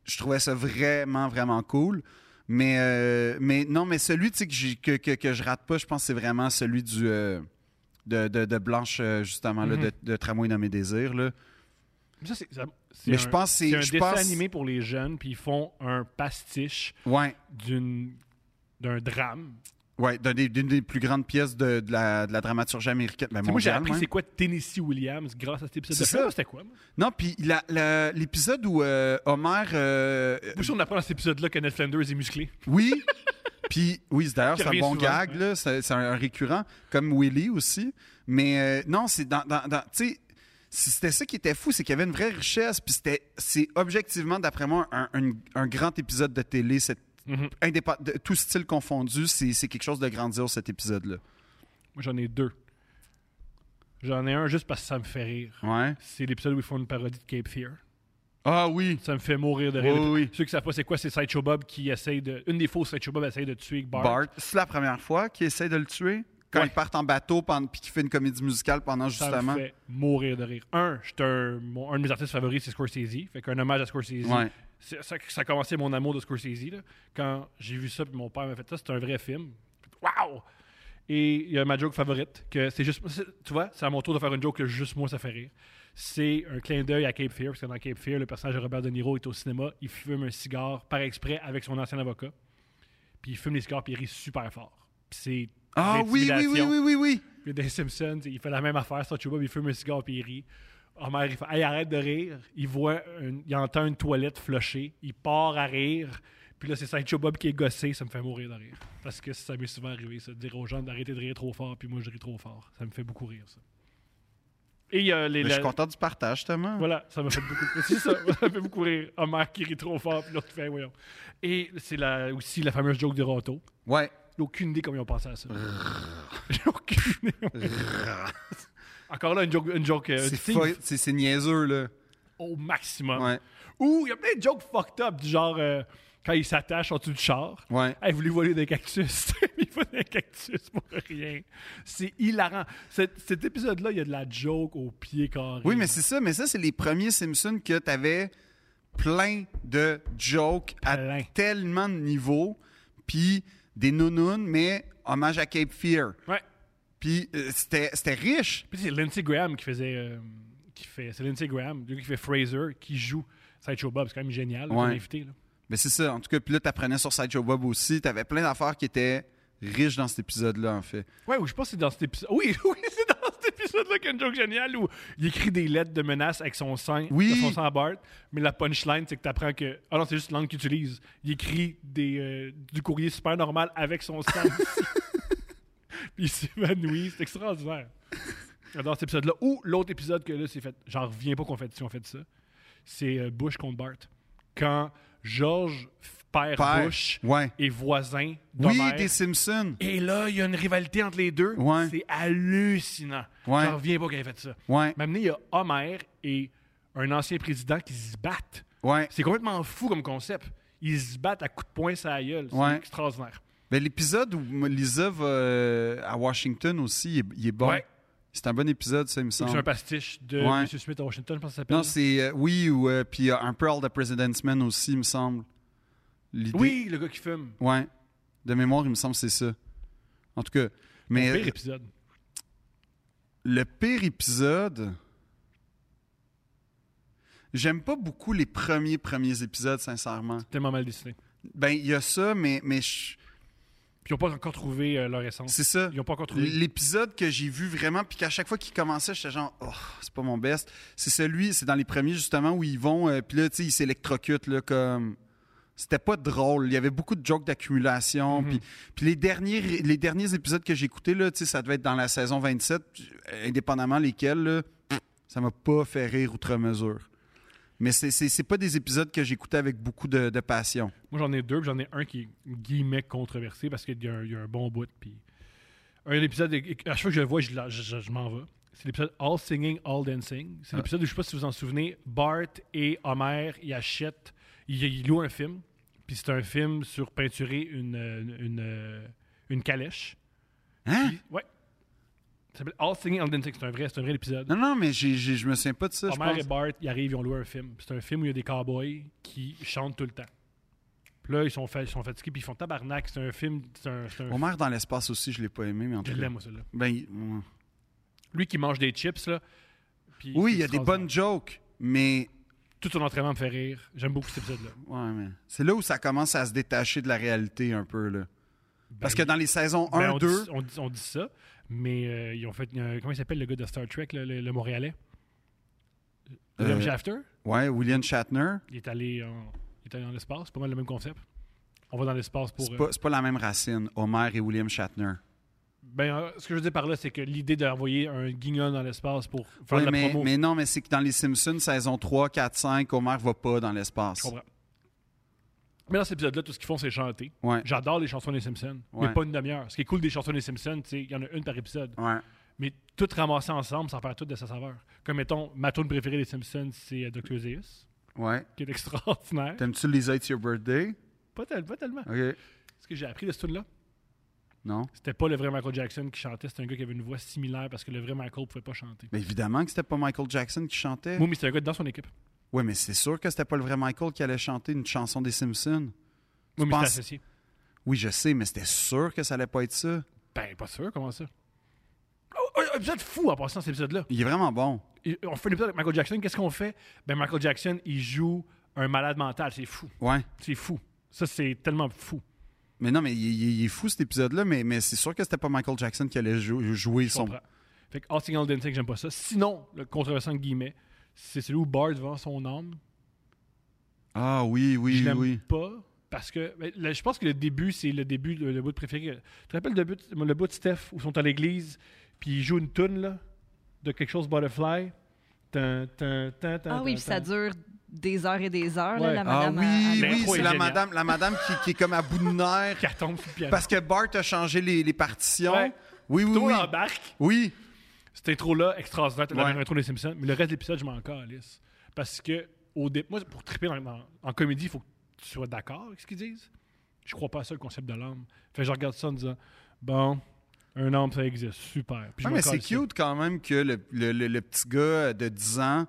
S1: je trouvais ça vraiment, vraiment cool. Mais, euh, mais non, mais celui tu sais, que, j'ai- que, que, que je rate pas, je pense que c'est vraiment celui du, euh, de, de- de Blanche, euh, justement, là,
S2: Mhm.
S1: de, de Tramway nommé Désir. Là.
S2: Mais ça, c'est- ça- c'est
S1: Mais
S2: un-
S1: je pense que c'est-
S2: c'est un
S1: je
S2: dessin
S1: pense-
S2: animé pour les jeunes, puis ils font un pastiche
S1: Ouais,
S2: d'une d'un drame.
S1: ouais d'une des, d'une des plus grandes pièces de, de la, de la dramaturgie américaine. ben,
S2: Tu sais, moi, j'ai
S1: mondiale,
S2: appris
S1: ouais.
S2: c'est quoi Tennessee Williams grâce à cet épisode.
S1: C'est
S2: Je sais
S1: ça.
S2: pas C'était quoi moi.
S1: Non, puis la- la- l'épisode où euh, Homer. euh, euh,
S2: Moi, je suis sûr, on apprend dans cet épisode-là que Ned Flanders est musclé.
S1: oui. Puis, oui, c'est- d'ailleurs,
S2: <laughs> Qui
S1: c'est un
S2: revient
S1: bon
S2: souvent,
S1: gag,
S2: ouais.
S1: là, c'est c'est un, récurrent, comme Willy aussi. Mais euh, non, c'est dans. dans, dans- tu sais, si c'était ça qui était fou, c'est qu'il y avait une vraie richesse, puis c'était- c'est objectivement, d'après moi, un, un- un grand épisode de télé, cet-
S2: Mhm.
S1: indépend- de, tout style confondu, c'est c'est quelque chose de grandiose, cet épisode-là.
S2: Moi, j'en ai deux. J'en ai un juste parce que ça me fait rire.
S1: Ouais.
S2: C'est l'épisode où ils font une parodie de Cape Fear.
S1: Ah oui!
S2: Ça me fait mourir de rire.
S1: Oui, oui.
S2: Ceux qui savent pas c'est quoi, c'est Sideshow Bob qui essaye de. Une des fausses Sideshow Bob essaye de tuer Bart.
S1: Bart. C'est la première fois qu'il essaie de le tuer. Quand
S2: Ouais.
S1: ils partent en bateau pendant- puis qu'il fait une comédie musicale pendant
S2: ça
S1: justement.
S2: me fait mourir de rire. Un, j'étais un, mon- un de mes artistes favoris, c'est Scorsese. Fait qu'un hommage à Scorsese.
S1: Ouais.
S2: C'est- Ça, ça a commencé mon amour de Scorsese. là. Quand j'ai vu ça, puis mon père m'a fait ça, c'est un vrai film. Waouh! Et il y a ma joke favorite, que c'est juste. c'est- Tu vois, c'est à mon tour de faire une joke que juste moi, ça fait rire. C'est un clin d'œil à Cape Fear, parce que dans Cape Fear, le personnage de Robert De Niro est au cinéma, il fume un cigare par exprès avec son ancien avocat, puis il fume les cigares, puis il rit super fort. Puis c'est.
S1: Ah oui, oui, oui,
S2: l'intimidation.
S1: oui, oui, oui.
S2: Puis dans les Simpsons, il fait la même affaire. Sur Chewbacca, il fume un cigare puis il rit. Homer, il fait Hey, arrête de rire. Il voit, un- il entend une toilette flusher. Il part à rire. Puis là, c'est Sancho Bob qui est gossé. Ça me fait mourir de rire. Parce que ça m'est souvent arrivé, ça, de dire aux gens d'arrêter de rire trop fort. Puis moi, je ris trop fort. Ça me fait beaucoup rire, ça. Et il y a les.
S1: Mais
S2: la-
S1: Je suis content du partage, justement.
S2: voilà, ça m'a fait beaucoup <laughs> C'est ça, ça m'a fait beaucoup rire. Homer qui rit trop fort, puis l'autre qui fait, voyons. Et c'est la, aussi la fameuse joke de Roto.
S1: Ouais.
S2: J'ai aucune idée comment ils ont pensé à ça. J'ai aucune idée. Encore là, une joke, une joke euh,
S1: C'est
S2: Steve
S1: fo- C'est c'est niaiseux, là.
S2: au maximum.
S1: Ouais.
S2: Ou il y a plein de jokes fucked up, du genre, euh, quand ils s'attachent en dessous du char.
S1: Ouais.
S2: Hey, voulez voler des cactus? <laughs> il vole des cactus pour rien. C'est hilarant. Cet, cet épisode-là, il y a de la joke au pied carré.
S1: Oui, mais c'est ça. Mais ça, c'est les premiers Simpsons que tu avais plein de jokes
S2: Plein.
S1: à tellement de niveaux. Puis des nounounes, mais hommage à Cape Fear.
S2: Ouais.
S1: Puis euh, c'était c'était riche.
S2: Puis c'est Lindsey Graham qui faisait. euh, qui fait, c'est Lindsey Graham, lui qui fait Fraser, qui joue Sideshow Bob. C'est quand même génial, là,
S1: Ouais.
S2: comme invité. Là.
S1: Mais c'est ça. En tout cas, puis là, t'apprenais sur Sideshow Bob aussi. T'avais plein d'affaires qui étaient riches dans cet épisode-là, en fait.
S2: Ouais, ou je pense que c'est dans cet épisode. Oui, <laughs> oui, c'est dans cet épisode-là qu'il y a une joke géniale où il écrit des lettres de menace avec son sein,
S1: Oui.
S2: de son sang à Bart. Mais la punchline, c'est que t'apprends que. Ah non, c'est juste la langue qu'il utilise. Il écrit des, euh, du courrier super normal avec son sang.
S1: <laughs>
S2: Puis il s'évanouit. C'est extraordinaire. J'adore cet épisode-là. Ou l'autre épisode que là, c'est fait. J'en reviens pas qu'on fait, si on fait ça. C'est euh, Bush contre Bart. Quand George f- perd
S1: Père.
S2: Bush
S1: Ouais.
S2: et voisin
S1: Oui,
S2: d'Homer,
S1: des Simpsons.
S2: et là, il y a une rivalité entre les deux.
S1: Ouais.
S2: C'est hallucinant.
S1: Ouais.
S2: J'en reviens pas qu'elle ait fait ça.
S1: Ouais.
S2: Maintenant, il y a Homer et un ancien président qui se battent.
S1: Ouais.
S2: C'est complètement fou comme concept. Ils se battent à coups de poing sur la gueule. C'est
S1: Ouais.
S2: extraordinaire.
S1: Ben, L'épisode où Lisa va euh, à Washington aussi, il est, il est bon.
S2: Ouais.
S1: C'est un bon épisode, ça, il me
S2: C'est un
S1: semble.
S2: pastiche de
S1: Ah. Ouais.
S2: M. Smith à Washington, je pense que ça s'appelle.
S1: Non, c'est. euh, oui, ou. euh, puis il y a un peu All the President's Men aussi, il me semble. L'idée.
S2: Oui, le gars qui fume.
S1: Ouais. De mémoire, il me semble que c'est ça. En tout cas.
S2: Mais...
S1: Mais euh,
S2: Pire épisode.
S1: le pire épisode. J'aime pas beaucoup les premiers, premiers épisodes, sincèrement.
S2: Tellement mal dessiné.
S1: Ben, il y a ça, mais, mais je-
S2: Puis ils n'ont pas encore trouvé euh, leur essence.
S1: c'est ça.
S2: Ils n'ont pas encore trouvé.
S1: L'épisode que j'ai vu vraiment, puis qu'à chaque fois qu'il commençait, j'étais genre, oh, c'est pas mon best. C'est celui, c'est dans les premiers justement où ils vont, euh, puis là, tu sais, ils s'électrocutent, là, comme. C'était pas drôle. Il y avait beaucoup de jokes d'accumulation.
S2: Mhm.
S1: Puis, puis les, derniers, les derniers épisodes que j'ai écoutés, là, tu sais, ça devait être dans la saison 27, indépendamment lesquels, là, ça m'a pas fait rire outre mesure. Mais c'est- c'est c'est pas des épisodes que j'écoutais avec beaucoup de, de passion.
S2: Moi, j'en ai deux, puis j'en ai un qui est guillemets controversé parce qu'il y, a un- il y a un bon bout. Puis un épisode, à chaque fois que je le vois, je, la- je- je- je m'en vais. C'est l'épisode All Singing, All Dancing. C'est l'épisode où je sais pas si vous vous en souvenez, Bart et Homer, ils achètent, ils, ils louent un film. Puis c'est un film sur peinturer une, euh, une, euh, une calèche.
S1: Hein?
S2: Puis- ouais. Ça s'appelle All Singing, All Dancing. C'est un vrai, c'est un vrai épisode.
S1: Non, non, mais j'ai- j'ai- je me souviens pas de ça. je
S2: Homer
S1: pense.
S2: et Bart, ils arrivent, ils ont loué un film. C'est un film où il y a des cowboys qui chantent tout le temps. Puis là, ils sont, fa- ils sont fatigués, puis ils font tabarnak. C'est un film. C'est un. c'est un-
S1: Homer dans l'espace aussi, je l'ai pas aimé, mais en
S2: Je
S1: tout cas.
S2: l'aime, moi, celui-là.
S1: Ben, il- ouais.
S2: Lui qui mange des chips, là. puis
S1: oui,
S2: c'est
S1: il y a des bonnes
S2: extraordinaire.
S1: jokes, mais,
S2: Tout son entraînement me fait rire. J'aime beaucoup cet épisode-là.
S1: ouais, mais c'est là où ça commence à se détacher de la réalité un peu. Là. Parce que
S2: Ben,
S1: dans les saisons
S2: ben,
S1: 1,
S2: on,
S1: 2,
S2: dit, on, dit, on dit ça, mais euh, ils ont fait. euh, comment il s'appelle le gars de Star Trek, là, le, le Montréalais William
S1: Euh,
S2: Shafter
S1: ouais, William Shatner,
S2: il est, allé en, il est allé dans l'espace. C'est pas mal le même concept. On va dans l'espace pour.
S1: c'est
S2: euh,
S1: pas, c'est pas la même racine, Homer et William Shatner.
S2: Ben, euh, ce que je veux dire par là, c'est que l'idée d'envoyer un guignol dans l'espace pour faire
S1: Ouais,
S2: de la
S1: mais,
S2: promo.
S1: mais non, mais c'est que dans les Simpsons, saison 3, 4, 5, Homer va pas dans
S2: Je
S1: l'espace.
S2: comprends. Mais dans cet épisode-là, tout ce qu'ils font, c'est chanter.
S1: Ouais.
S2: J'adore les chansons des Simpsons,
S1: Ouais.
S2: mais pas une demi-heure. Ce qui est cool des chansons des Simpsons, c'est qu'il y en a une par épisode.
S1: Ouais.
S2: Mais toutes ramassées ensemble, sans faire toutes de sa saveur. Comme mettons, ma tune préférée des Simpsons, c'est euh, Dr. Zeus,
S1: Ouais.
S2: qui est extraordinaire.
S1: T'aimes-tu Lisa, It's Your Birthday?
S2: Pas, tel- pas tellement.
S1: OK.
S2: Ce que j'ai appris de ce tune-là,
S1: Non?
S2: c'était pas le vrai Michael Jackson qui chantait, c'était un gars qui avait une voix similaire parce que le vrai Michael pouvait pas chanter.
S1: Mais évidemment que c'était pas Michael Jackson qui chantait.
S2: Moi, mais c'était un gars dans son équipe.
S1: Oui, mais c'est sûr que c'était pas le vrai Michael qui allait chanter une chanson des Simpsons.
S2: Moi, mais
S1: penses-
S2: c'était associé.
S1: Oui, je sais, mais c'était sûr que ça allait pas être ça.
S2: Ben, pas sûr, comment ça? Oh, oh, un épisode fou en passant cet épisode-là.
S1: Il est vraiment bon.
S2: Et euh, On fait un épisode avec Michael Jackson, qu'est-ce qu'on fait? Ben, Michael Jackson, il joue un malade mental, c'est fou.
S1: Ouais.
S2: C'est fou. Ça, c'est tellement fou.
S1: Mais non, mais il, il- il est fou cet épisode-là, mais, mais c'est sûr que c'était pas Michael Jackson qui allait jou- jouer
S2: Je
S1: son.
S2: comprends. Fait que All Signal Dancing, j'aime pas ça. Sinon, le controversant de guillemets, c'est celui où Bart vend son âme.
S1: Ah oui, oui,
S2: je l'aime
S1: oui.
S2: pas. Parce que ben, là, je pense que le début, c'est le début, le, le bout de préféré. Tu te rappelles le bout, le bout de Steph où ils sont à l'église, puis ils jouent une tune là, de quelque chose Butterfly. Tin, tin, tin, tin,
S4: Ah oui,
S2: tin,
S4: puis ça
S2: tin.
S4: dure des heures et des heures,
S2: Ouais.
S4: là, la
S1: Ah
S4: madame. euh,
S1: oui,
S4: à- à-
S1: oui,
S2: L'intro
S1: c'est
S2: est
S1: la
S2: géniale.
S1: madame, la madame qui, qui est comme à bout de nerfs
S2: <laughs> Qui tombe sur le piano.
S1: parce que Bart a changé les, les partitions.
S2: Ouais.
S1: Oui, oui,
S2: Tout le monde
S1: oui.
S2: embarque.
S1: Oui,
S2: Cette intro-là, extraordinaire, t'as la
S1: Ouais.
S2: même intro des Simpsons, mais le reste de l'épisode, je m'en calisse. Parce que, au dé- moi, pour triper dans- dans- en comédie, il faut que tu sois d'accord avec ce qu'ils disent. Je crois pas à ça, le concept de l'âme. Fait que je regarde ça en disant, bon, un homme, ça existe, super. Puis je
S1: Ouais,
S2: me
S1: Ah, mais c'est
S2: calisse.
S1: cute quand même que le, le- le- le petit gars de 10 ans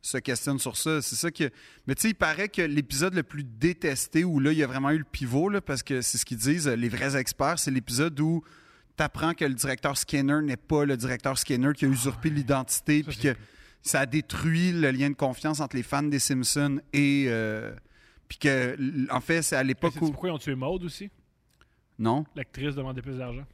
S1: se questionne sur ça. C'est ça que. Mais tu sais, il paraît que l'épisode le plus détesté où là, il y a vraiment eu le pivot, là, parce que c'est ce qu'ils disent, euh, les vrais experts, c'est l'épisode où t'apprends que le directeur Skinner n'est pas le directeur Skinner qui a usurpé l'identité,
S2: Ah, Ça,
S1: puis
S2: j'ai
S1: que ça a détruit le lien de confiance entre les fans des Simpsons et. euh, puis que, l- en fait, c'est à
S2: Mais
S1: l'époque
S2: sais-tu
S1: où.
S2: pourquoi ils ont tué Maude aussi?
S1: Non?
S2: L'actrice demandait plus d'argent.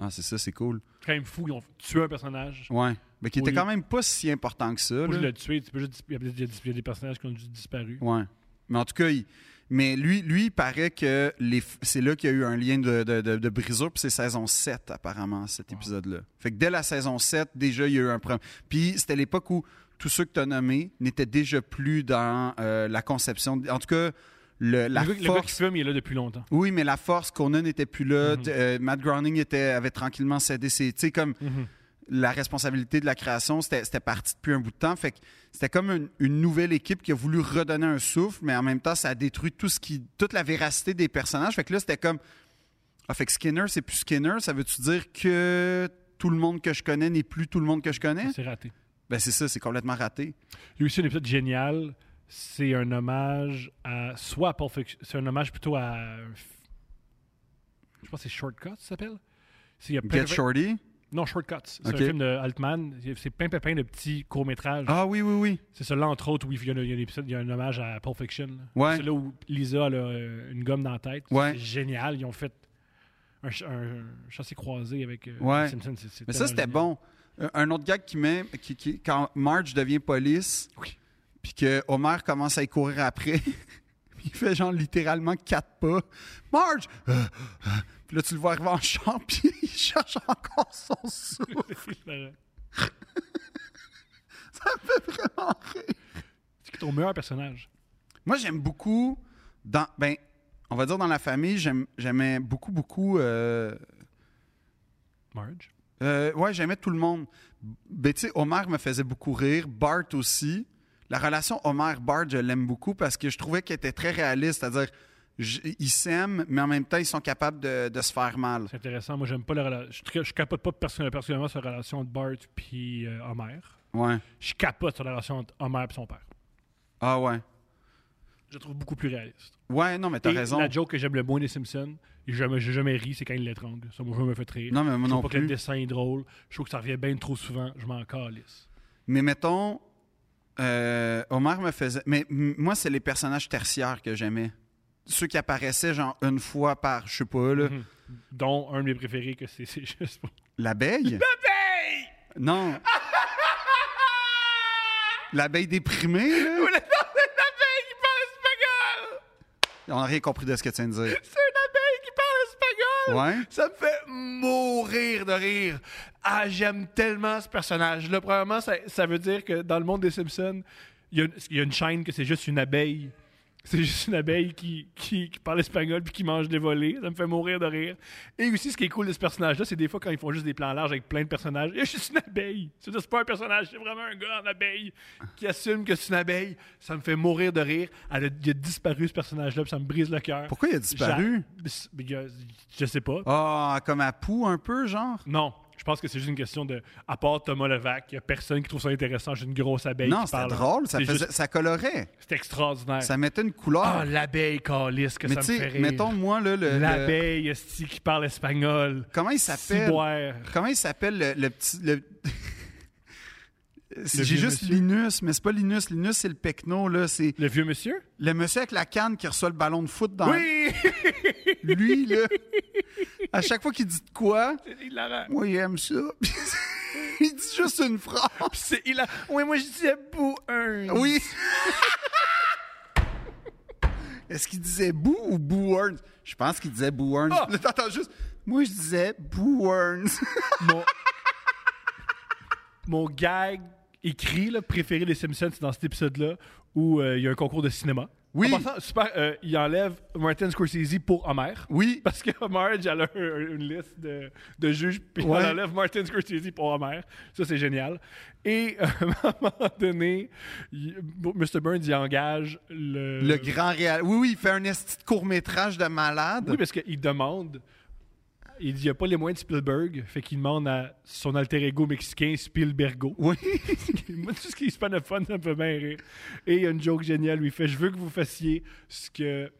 S1: Ah, c'est ça, c'est cool.
S2: C'est quand même fou, ils ont tué un personnage.
S1: Ouais. Mais qui
S2: Oui.
S1: était quand même pas si important que ça.
S2: Pour
S1: là.
S2: le tuer, tu peux juste dis- il y a il y a- il y a des personnages qui ont juste disparu.
S1: Ouais. Mais en tout cas, il- mais lui, lui, il paraît que les... f- c'est là qu'il y a eu un lien de, de, de- de brisure, puis c'est saison 7, apparemment, cet
S2: Wow.
S1: épisode-là. Fait que dès la saison 7, déjà, il y a eu un problème. Puis c'était l'époque où tous ceux que tu as nommés n'étaient déjà plus dans euh, la conception. de- En tout cas, le- la
S2: le, gars, le gars qui
S1: force.
S2: fume, il est là depuis longtemps.
S1: Oui, mais la force qu'on a n'était plus là.
S2: Mhm.
S1: D- euh, Matt Groening était, avait tranquillement cédé ses. Tu sais, comme la responsabilité de la création, c'était c'était parti depuis un bout de temps. Fait que c'était comme une, une nouvelle équipe qui a voulu redonner un souffle, mais en même temps, ça a détruit tout ce qui, toute la véracité des personnages. Fait que là, c'était comme. Ah, fait que Skinner, c'est plus Skinner. Ça veut-tu dire que tout le monde que je connais n'est plus tout le monde que je connais?
S2: C'est raté.
S1: Ben, c'est ça, c'est complètement raté.
S2: Il y a aussi un épisode génial. C'est un hommage à soit à Pulp Fiction- C'est un hommage plutôt à. un f- Je pense que c'est Shortcuts, ça s'appelle. C'est- il y a plein
S1: Get
S2: de-
S1: Shorty?
S2: Non, Shortcuts. C'est
S1: Ok.
S2: un film de Altman. C'est plein, plein, plein de petits courts-métrages.
S1: Ah oui, oui, oui.
S2: C'est ça, là, entre autres, où il y a, un- il y a un épisode, il y a un hommage à Pulp Fiction.
S1: Ouais.
S2: C'est là où Lisa elle a euh, une gomme dans la tête.
S1: Ouais.
S2: C'est génial. Ils ont fait un, ch- un- un chassé croisé avec euh,
S1: Ouais.
S2: les Simpsons. C'est- c'est
S1: Mais ça,
S2: tellement
S1: c'était bon.
S2: génial.
S1: Un- Un autre gag qui met, qui, qui- quand Marge devient police,
S2: Oui.
S1: puis que Homer commence à y courir après, <laughs> il fait genre littéralement quatre pas. Marge! Euh, euh. Puis là, tu le vois arriver en champ, <laughs> puis il cherche encore son souffle.
S2: C'est marrant.
S1: <laughs> Vraiment rire.
S2: C'est qui ton meilleur personnage?
S1: Moi, j'aime beaucoup, dans, ben, on va dire dans la famille, j'aime- j'aimais beaucoup, beaucoup. euh,
S2: Marge.
S1: Euh, ouais, j'aimais tout le monde. Ben, tu sais, Homer me faisait beaucoup rire, Bart aussi. La relation Homer-Bart, je l'aime beaucoup parce que je trouvais qu'elle était très réaliste. C'est-à-dire, j- ils s'aiment, mais en même temps, ils sont capables de, de se faire mal.
S2: C'est intéressant. Moi, j'aime pas la relation. Je, tra- je capote pas perso- personnellement sur la relation entre Bart puis euh, Homer.
S1: Ouais.
S2: Je capote sur la relation entre Homer et son père.
S1: Ah ouais.
S2: Je la trouve beaucoup plus réaliste.
S1: Ouais, non, mais t'as
S2: Et
S1: raison.
S2: La joke que j'aime le moins des Simpsons, et jamais, j'ai jamais ri, c'est quand il l'étrangle. Ça, moi, je me fait rire.
S1: Non, mais moi
S2: je trouve
S1: non
S2: pas que le
S1: plus.
S2: dessin est drôle. Je trouve que ça revient bien trop souvent. Je m'en calisse.
S1: Mais mettons, euh, Homer me faisait. Mais m- moi, c'est les personnages tertiaires que j'aimais. Ceux qui apparaissaient, genre, une fois par, je sais pas, là.
S2: Mhm. Dont un de mes préférés, que c'est c'est juste pour-
S1: L'abeille? L'abeille!
S2: <laughs>
S1: Non. L'abeille déprimée, là? l'abeille,
S2: tá
S1: il parle espagnol! On n'a rien compris de ce que tu viens de dire.
S3: C'est une
S2: tá
S3: abeille qui parle espagnol!
S1: Ouais?
S3: Ça me fait mourir de rire. Ah, j'aime tellement ce personnage. Là, premièrement, ça, ça veut dire que dans le monde des Simpsons,
S2: Il y, a une, il y a une chaîne que c'est juste une abeille. C'est juste une abeille qui, qui, qui parle espagnol puis qui mange des volets. Ça me fait mourir de rire. Et aussi, ce qui est cool de ce personnage-là, c'est des fois quand ils font juste des plans larges avec plein de personnages. Il y a juste une abeille.
S3: c'est c'est pas un personnage, c'est vraiment un gars en abeille qui assume que c'est une abeille. Ça me fait mourir de rire.
S2: Elle a, il a disparu, ce personnage-là, puis ça me brise le cœur.
S1: Pourquoi il a disparu?
S2: J'a- mais il y a- Je sais pas.
S1: Ah, comme à Pou, un peu, genre?
S2: Non, je pense que c'est juste une question de. À part Thomas Levac, il y a personne qui trouve ça intéressant. J'ai une grosse abeille
S1: non,
S2: qui
S1: c'était
S2: parle.
S1: drôle, ça,
S2: C'est
S1: faisait,
S2: juste-
S1: ça colorait.
S2: C'est extraordinaire.
S1: Ça mettait une couleur.
S2: Ah, l'abeille, calice, que
S1: mais
S2: ça
S1: tu
S2: me fait
S1: sais,
S2: rire.
S1: mettons, moi, là, le. le-
S2: L'abeille, esti, qui parle espagnol.
S1: Comment il s'appelle?
S2: Ciboire.
S1: Comment il s'appelle le, le petit. le-
S2: Le
S1: <laughs> J'ai
S2: vieux
S1: juste
S2: monsieur?
S1: Linus, mais c'est pas Linus. Linus, c'est le pecno, là. C'est
S2: Le vieux monsieur?
S1: le monsieur avec la canne qui reçoit le ballon de foot dans
S2: Oui!
S1: lui,
S2: <laughs>
S1: là. À chaque fois qu'il dit de quoi,
S3: C'est hilarant.
S1: moi, j'aime ça. <laughs> il dit juste une phrase.
S3: C'est hilarant. Oui, moi, je disais pour un.
S1: Oui. <laughs> Est-ce qu'il disait Boo ou Boo Earns? Je pense qu'il disait Boo Earns.
S3: Ah!
S1: Là, t'entends juste. Moi, je disais Boo Earns. <laughs>
S2: mon, mon gag écrit là, préféré des Simpsons, c'est dans cet épisode-là où euh, il y a un concours de cinéma.
S1: Oui,
S3: En passant, super, euh, il enlève Martin Scorsese pour Homer.
S1: oui.
S3: Parce que Homer, elle a un- une liste de, de juges, puis
S1: Ouais.
S3: on enlève Martin Scorsese pour Homer. Ça, c'est génial. Et euh, <laughs> à un moment donné, il- Mr. Burns y engage le.
S1: Le grand réal. Oui, oui, il fait un esti de court-métrage de malade.
S3: Oui, parce qu'il demande. Il dit il n'y a pas les moyens de Spielberg. Fait qu'il demande à son alter ego mexicain, Spielbergo.
S1: Oui.
S3: <laughs> Moi, tout ce qui est hispanophone, ça me fait bien rire. Et il y a une joke géniale où il fait Je veux que vous fassiez ce que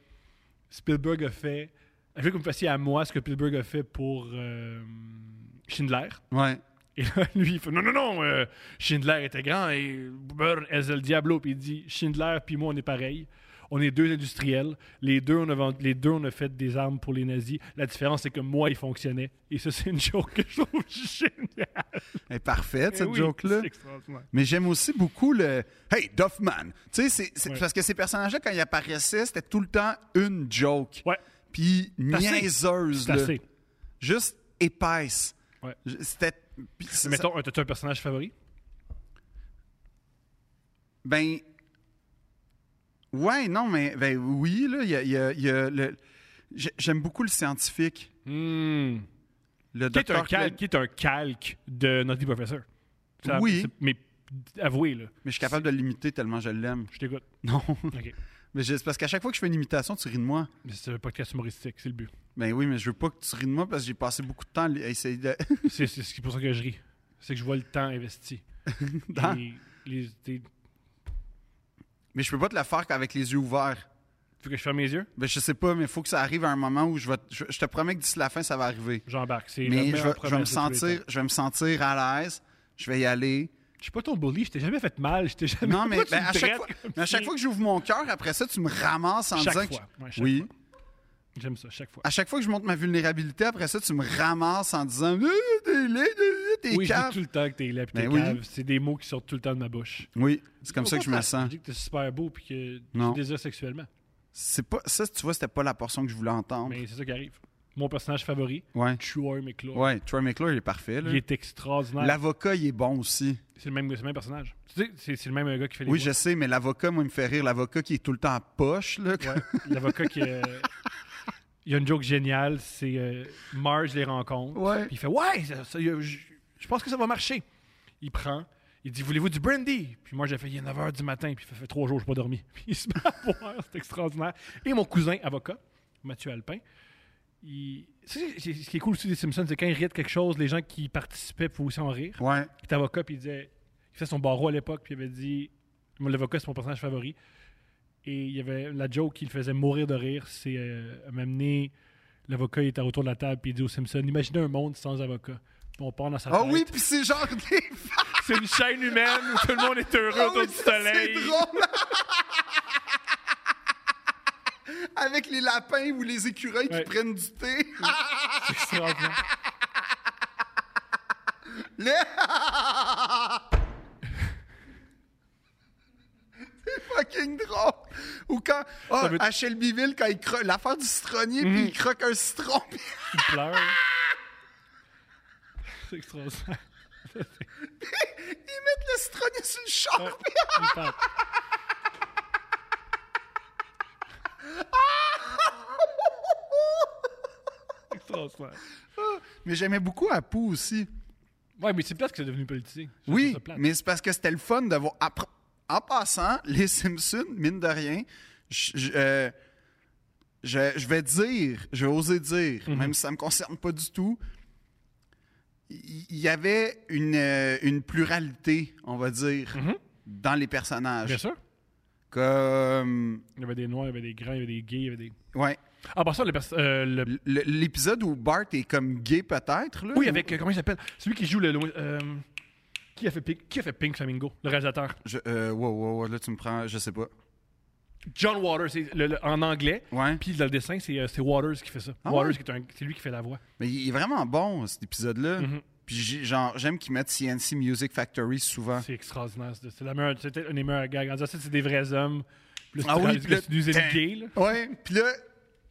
S3: Spielberg a fait. Je veux que vous fassiez à moi ce que Spielberg a fait pour euh, Schindler.
S1: Ouais.
S3: Et là, <laughs> lui, il fait Non, non, non, euh, Schindler était grand et Burn est le Diablo. Puis il dit Schindler, puis moi, on est pareil. On est deux industriels. Les deux, on a, vend- les deux, on a fait des armes pour les nazis. La différence, c'est que moi, ils fonctionnaient. Et ça, c'est une joke que je trouve <laughs> géniale. Eh
S1: Elle est
S2: Eh
S1: parfaite, cette
S3: Oui,
S1: joke-là.
S3: C'est extraordinaire.
S1: Mais j'aime aussi beaucoup le Hey, Duffman. Tu sais, c'est- c'est-
S3: Ouais.
S1: parce que ces personnages-là, quand ils apparaissaient, c'était tout le temps une joke.
S2: Ouais.
S1: Puis
S2: assez.
S1: niaiseuse,
S2: C'est
S1: là.
S2: assez.
S1: Juste épaisse.
S2: Ouais.
S1: Je- C'était. puis c'est-
S2: Mettons, un- t'as-tu un personnage favori?
S1: Ben. Ouais, non, mais ben, oui, là, il y a, il y a- il y a le- j'ai- J'aime beaucoup le scientifique. Le
S2: Hmm. Qui est, un
S1: docteur Cla-
S2: calque, qui est un calque de Naughty Professor. Ça-
S1: Oui.
S2: c'est- Mais avouez, là,
S1: Mais je suis capable de l'imiter tellement je l'aime. <laughs>
S2: je t'écoute.
S1: Non.
S2: OK.
S1: Mais je- c'est parce qu'à chaque fois que je fais une imitation, tu ris de moi.
S2: Mais C'est un podcast humoristique, c'est le but.
S1: Ben oui, mais je veux pas que tu ris de moi parce que j'ai passé beaucoup de temps à essayer de. <laughs>
S2: C'est c'est- c'est pour ça que je ris. C'est que je vois le temps investi.
S1: <laughs> Dans-
S2: Et les- t'es-
S1: Mais je peux pas te la faire qu'avec les yeux ouverts.
S2: Faut que je ferme mes yeux,
S1: Ben, je sais pas, mais il faut que ça arrive à un moment où je vais. Je, je te promets que d'ici la fin, ça va arriver.
S2: j'embarque. C'est la
S1: Mais je
S2: meilleure
S1: vais, je vais me
S2: promesse de tous les
S1: sentir,
S2: temps.
S1: je vais me sentir à l'aise. Je vais y aller.
S2: Je suis pas ton bully, je t'ai jamais fait mal, je t'ai jamais.
S1: Non, mais,
S2: <laughs> Pourquoi tu
S1: ben, à,
S2: me
S1: chaque
S2: traites
S1: fois,
S2: comme
S1: mais à chaque
S2: si-
S1: fois que j'ouvre mon cœur, après ça, tu me ramasses en
S2: Chaque
S1: disant.
S2: fois.
S1: que-
S2: Ouais, chaque
S1: oui.
S2: J'aime ça, chaque fois.
S1: À chaque fois que je montre ma vulnérabilité, après ça, tu me ramasses en disant. Euh, T'es laid, euh, t'es
S2: oui, je dis
S1: cave.
S2: tout le temps que t'es là pis t'es
S1: Ben oui.
S2: cave. C'est des mots qui sortent tout le temps de ma bouche.
S1: Oui, c'est comme ça que je me
S2: Pourquoi
S1: sens.
S2: Je dis que t'es super beau puis que
S1: Non.
S2: tu désires sexuellement.
S1: C'est pas ça, tu vois, c'était pas la portion que je voulais entendre.
S2: Mais c'est ça qui arrive. Mon personnage favori,
S1: Ouais.
S2: Troy McClure.
S1: Ouais, Troy McClure, il est parfait. là.
S2: Il est extraordinaire.
S1: L'avocat, il est bon aussi.
S2: C'est le, même, c'est le même personnage. Tu sais, c'est, c'est le même gars qui fait les
S1: Oui,
S2: voix.
S1: je sais, mais l'avocat, moi, il me fait rire. L'avocat qui est tout le temps en poche, là.
S2: L'avocat qui. euh, il y a une joke géniale, c'est euh, Marge les rencontre.
S1: Ouais.
S2: Puis il fait Ouais, ça- ça- je, je pense que ça va marcher. Il prend. Il dit Voulez-vous du brandy Puis moi, j'ai fait Il est 9 h du matin. Puis ça fait trois jours que je n'ai pas dormi. <laughs> Puis il se met à boire. C'est extraordinaire. Et mon cousin, avocat, Mathieu Alpin, il. ça, c'est- c'est- ce qui est cool aussi des Simpsons, c'est quand ils rient de quelque chose, les gens qui participaient pouvaient aussi en rire.
S1: Ouais.
S2: Il était avocat, puis il disait. Il faisait son barreau à l'époque, puis il avait dit. Moi, l'avocat, c'est mon personnage favori. Et il y avait la joke qui le faisait mourir de rire, c'est euh, m'amener. L'avocat, il était autour de la table, puis il dit au Simpson Imaginez un monde sans avocat. Puis on part dans sa
S1: Ah
S2: tête. <laughs>
S1: oui, puis c'est genre des
S3: C'est une chaîne humaine où tout le monde est heureux
S1: Ah
S3: autour
S1: oui,
S3: du
S1: ça,
S3: soleil.
S1: C'est drôle. <laughs> Avec les lapins ou les écureuils qui
S2: Ouais.
S1: prennent du
S3: <laughs>
S1: thé.
S2: C'est extraordinaire.
S1: Là- <laughs> C'est fucking drôle. Ou quand. Ah,
S2: veut-
S1: à Shelbyville, quand il croque. L'affaire du citronnier,
S3: Mhm.
S1: puis il croque un citron. <laughs> puis-
S2: Il pleure. C'est extraordinaire.
S1: Ils mettent le citronnier sur le char. <laughs> puis-
S2: Il parle. Extraordinaire.
S1: Mais j'aimais beaucoup Apu aussi.
S2: Ouais, mais c'est peut-être que c'est devenu politisé. Je trouve
S1: Oui,
S2: ça plate.
S1: mais c'est parce que c'était le fun de voir. Après- En passant, <laughs> les Simpsons, mine de rien, je, je, euh, je- je vais dire, je vais oser dire,
S2: Mhm.
S1: même si ça me concerne pas du tout, il il y avait une, euh, une pluralité, on va dire, dans les personnages.
S2: Mhm. Bien sûr.
S1: Comme.
S2: Il y avait des noirs, il y avait des grands, il y avait des gays, il y avait des.
S1: Ouais.
S2: Ah, par ça, le. pers- euh, le-
S1: L- le- L'épisode où Bart est comme gay, peut-être. là,
S2: Oui,
S1: ou-
S2: avec. euh, comment il s'appelle Celui qui joue le. le- euh, Qui a, fait Pink, qui a fait Pink Flamingo, le réalisateur?
S1: Je, euh, wow, wow, wow, là, tu me prends, je sais pas.
S2: John Waters, c'est le- le- en anglais.
S1: Ouais.
S2: Puis dans le dessin, c'est euh, c'est Waters qui fait ça.
S1: Ah
S2: Waters,
S1: ouais?
S2: qui est un- c'est lui qui fait la voix.
S1: Mais il est vraiment bon, cet épisode-là.
S2: Mhm.
S1: Puis j'ai- genre, j'aime qu'ils mettent CNC Music Factory souvent.
S2: C'est extraordinaire. c'est- C'est la meilleure- c'était un des meilleurs gags. En disant ça, c'est des vrais hommes. Puis là,
S1: Ah
S2: c'est-
S1: oui,
S2: le-
S1: puis là,
S2: c'est du Zélie
S1: tin.
S2: gay, là.
S1: Ouais. Puis là,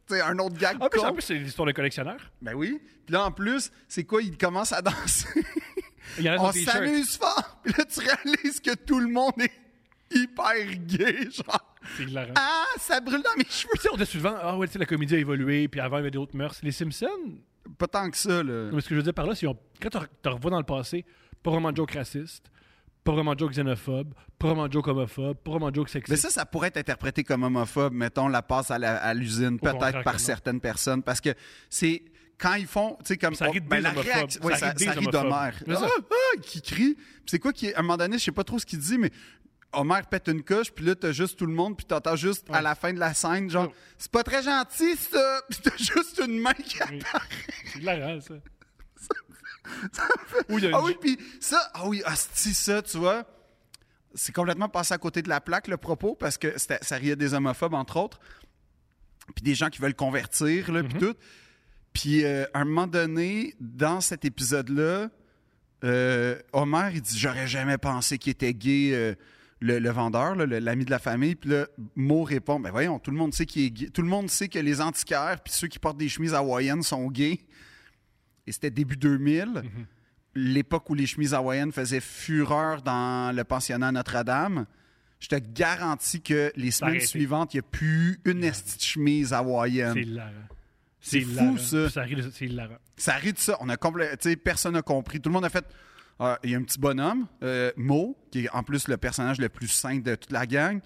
S1: t'sais, un autre gag.
S2: Ah, puis en
S1: con.
S2: plus, c'est l'histoire de collectionneur.
S1: Ben oui. Puis là, en plus, c'est quoi? Il commence à danser.
S2: Il y en a
S1: On
S2: des t-shirts.
S1: s'amuse fort. Puis là, tu réalises que tout le monde est hyper gay, genre.
S2: C'est hilarant.
S1: Ah, ça brûle dans mes cheveux.
S2: Tu sais, on était souvent, ah ouais, tu sais, la comédie a évolué, puis avant, il y avait d'autres mœurs. Les Simpsons,
S1: Pas tant que ça, là.
S2: non, mais ce que je veux dire par là, c'est on- quand tu re- te revois dans le passé, pas vraiment de joke raciste, pas vraiment de joke xénophobe, pas vraiment de joke homophobe, pas vraiment de joke
S1: Mais
S2: sexiste.
S1: ça, ça pourrait être interprété comme homophobe, mettons, la passe à la- à l'usine,
S2: contraire,
S1: peut-être
S2: que non.
S1: par certaines personnes, parce que c'est quand ils font, tu sais, comme. ben,
S2: Ça rit des
S1: la
S2: homophobes.
S1: réaction- ouais,
S2: Ça
S1: ça,
S2: rit des
S1: ça rit
S2: homophobes.
S1: d'Homère.
S2: C'est ça.
S1: Ah, ah, qui crie. Puis c'est quoi qui, à un moment donné, je sais pas trop ce qu'il dit, mais Homer pète une coche, puis là, t'as juste tout le monde, puis t'entends juste à la fin de la scène, genre, c'est pas très gentil, ça, puis t'as juste une main qui
S2: Oui.
S1: apparaît.
S2: C'est hilarant,
S1: <laughs>
S2: ça. Ou il y a une-
S1: Ah oui, puis ça, ah oui, hostie, ça, tu vois, c'est complètement passé à côté de la plaque, le propos, parce que c'était- ça riait des homophobes, entre autres, puis des gens qui veulent convertir, là, puis tout. Puis euh, à un moment donné, dans cet épisode-là, euh, Homer, il dit « J'aurais jamais pensé qu'il était gay, euh, le, le vendeur, là, le- l'ami de la famille. » Puis là, Mo répond « Ben voyons, tout le monde sait qu'il est gay. Tout le monde sait que les antiquaires puis ceux qui portent des chemises hawaïennes sont gays. » Et c'était début 2000, l'époque où les chemises hawaïennes faisaient fureur dans le pensionnat Notre-Dame. Je te garantis que les semaines
S2: arrêté.
S1: suivantes, il n'y a plus une estie de chemise
S2: C'est
S1: hawaïenne.
S2: hilarant.
S1: C'est fou,
S2: hilarant.
S1: ça.
S2: Puis rit de ça, C'est hilarant.
S1: Ça rit de ça. On a complet- tu sais, personne n'a compris. Tout le monde a fait. Ah, Il y a un petit bonhomme, euh, Mo, qui est en plus le personnage le plus sain de toute la gang,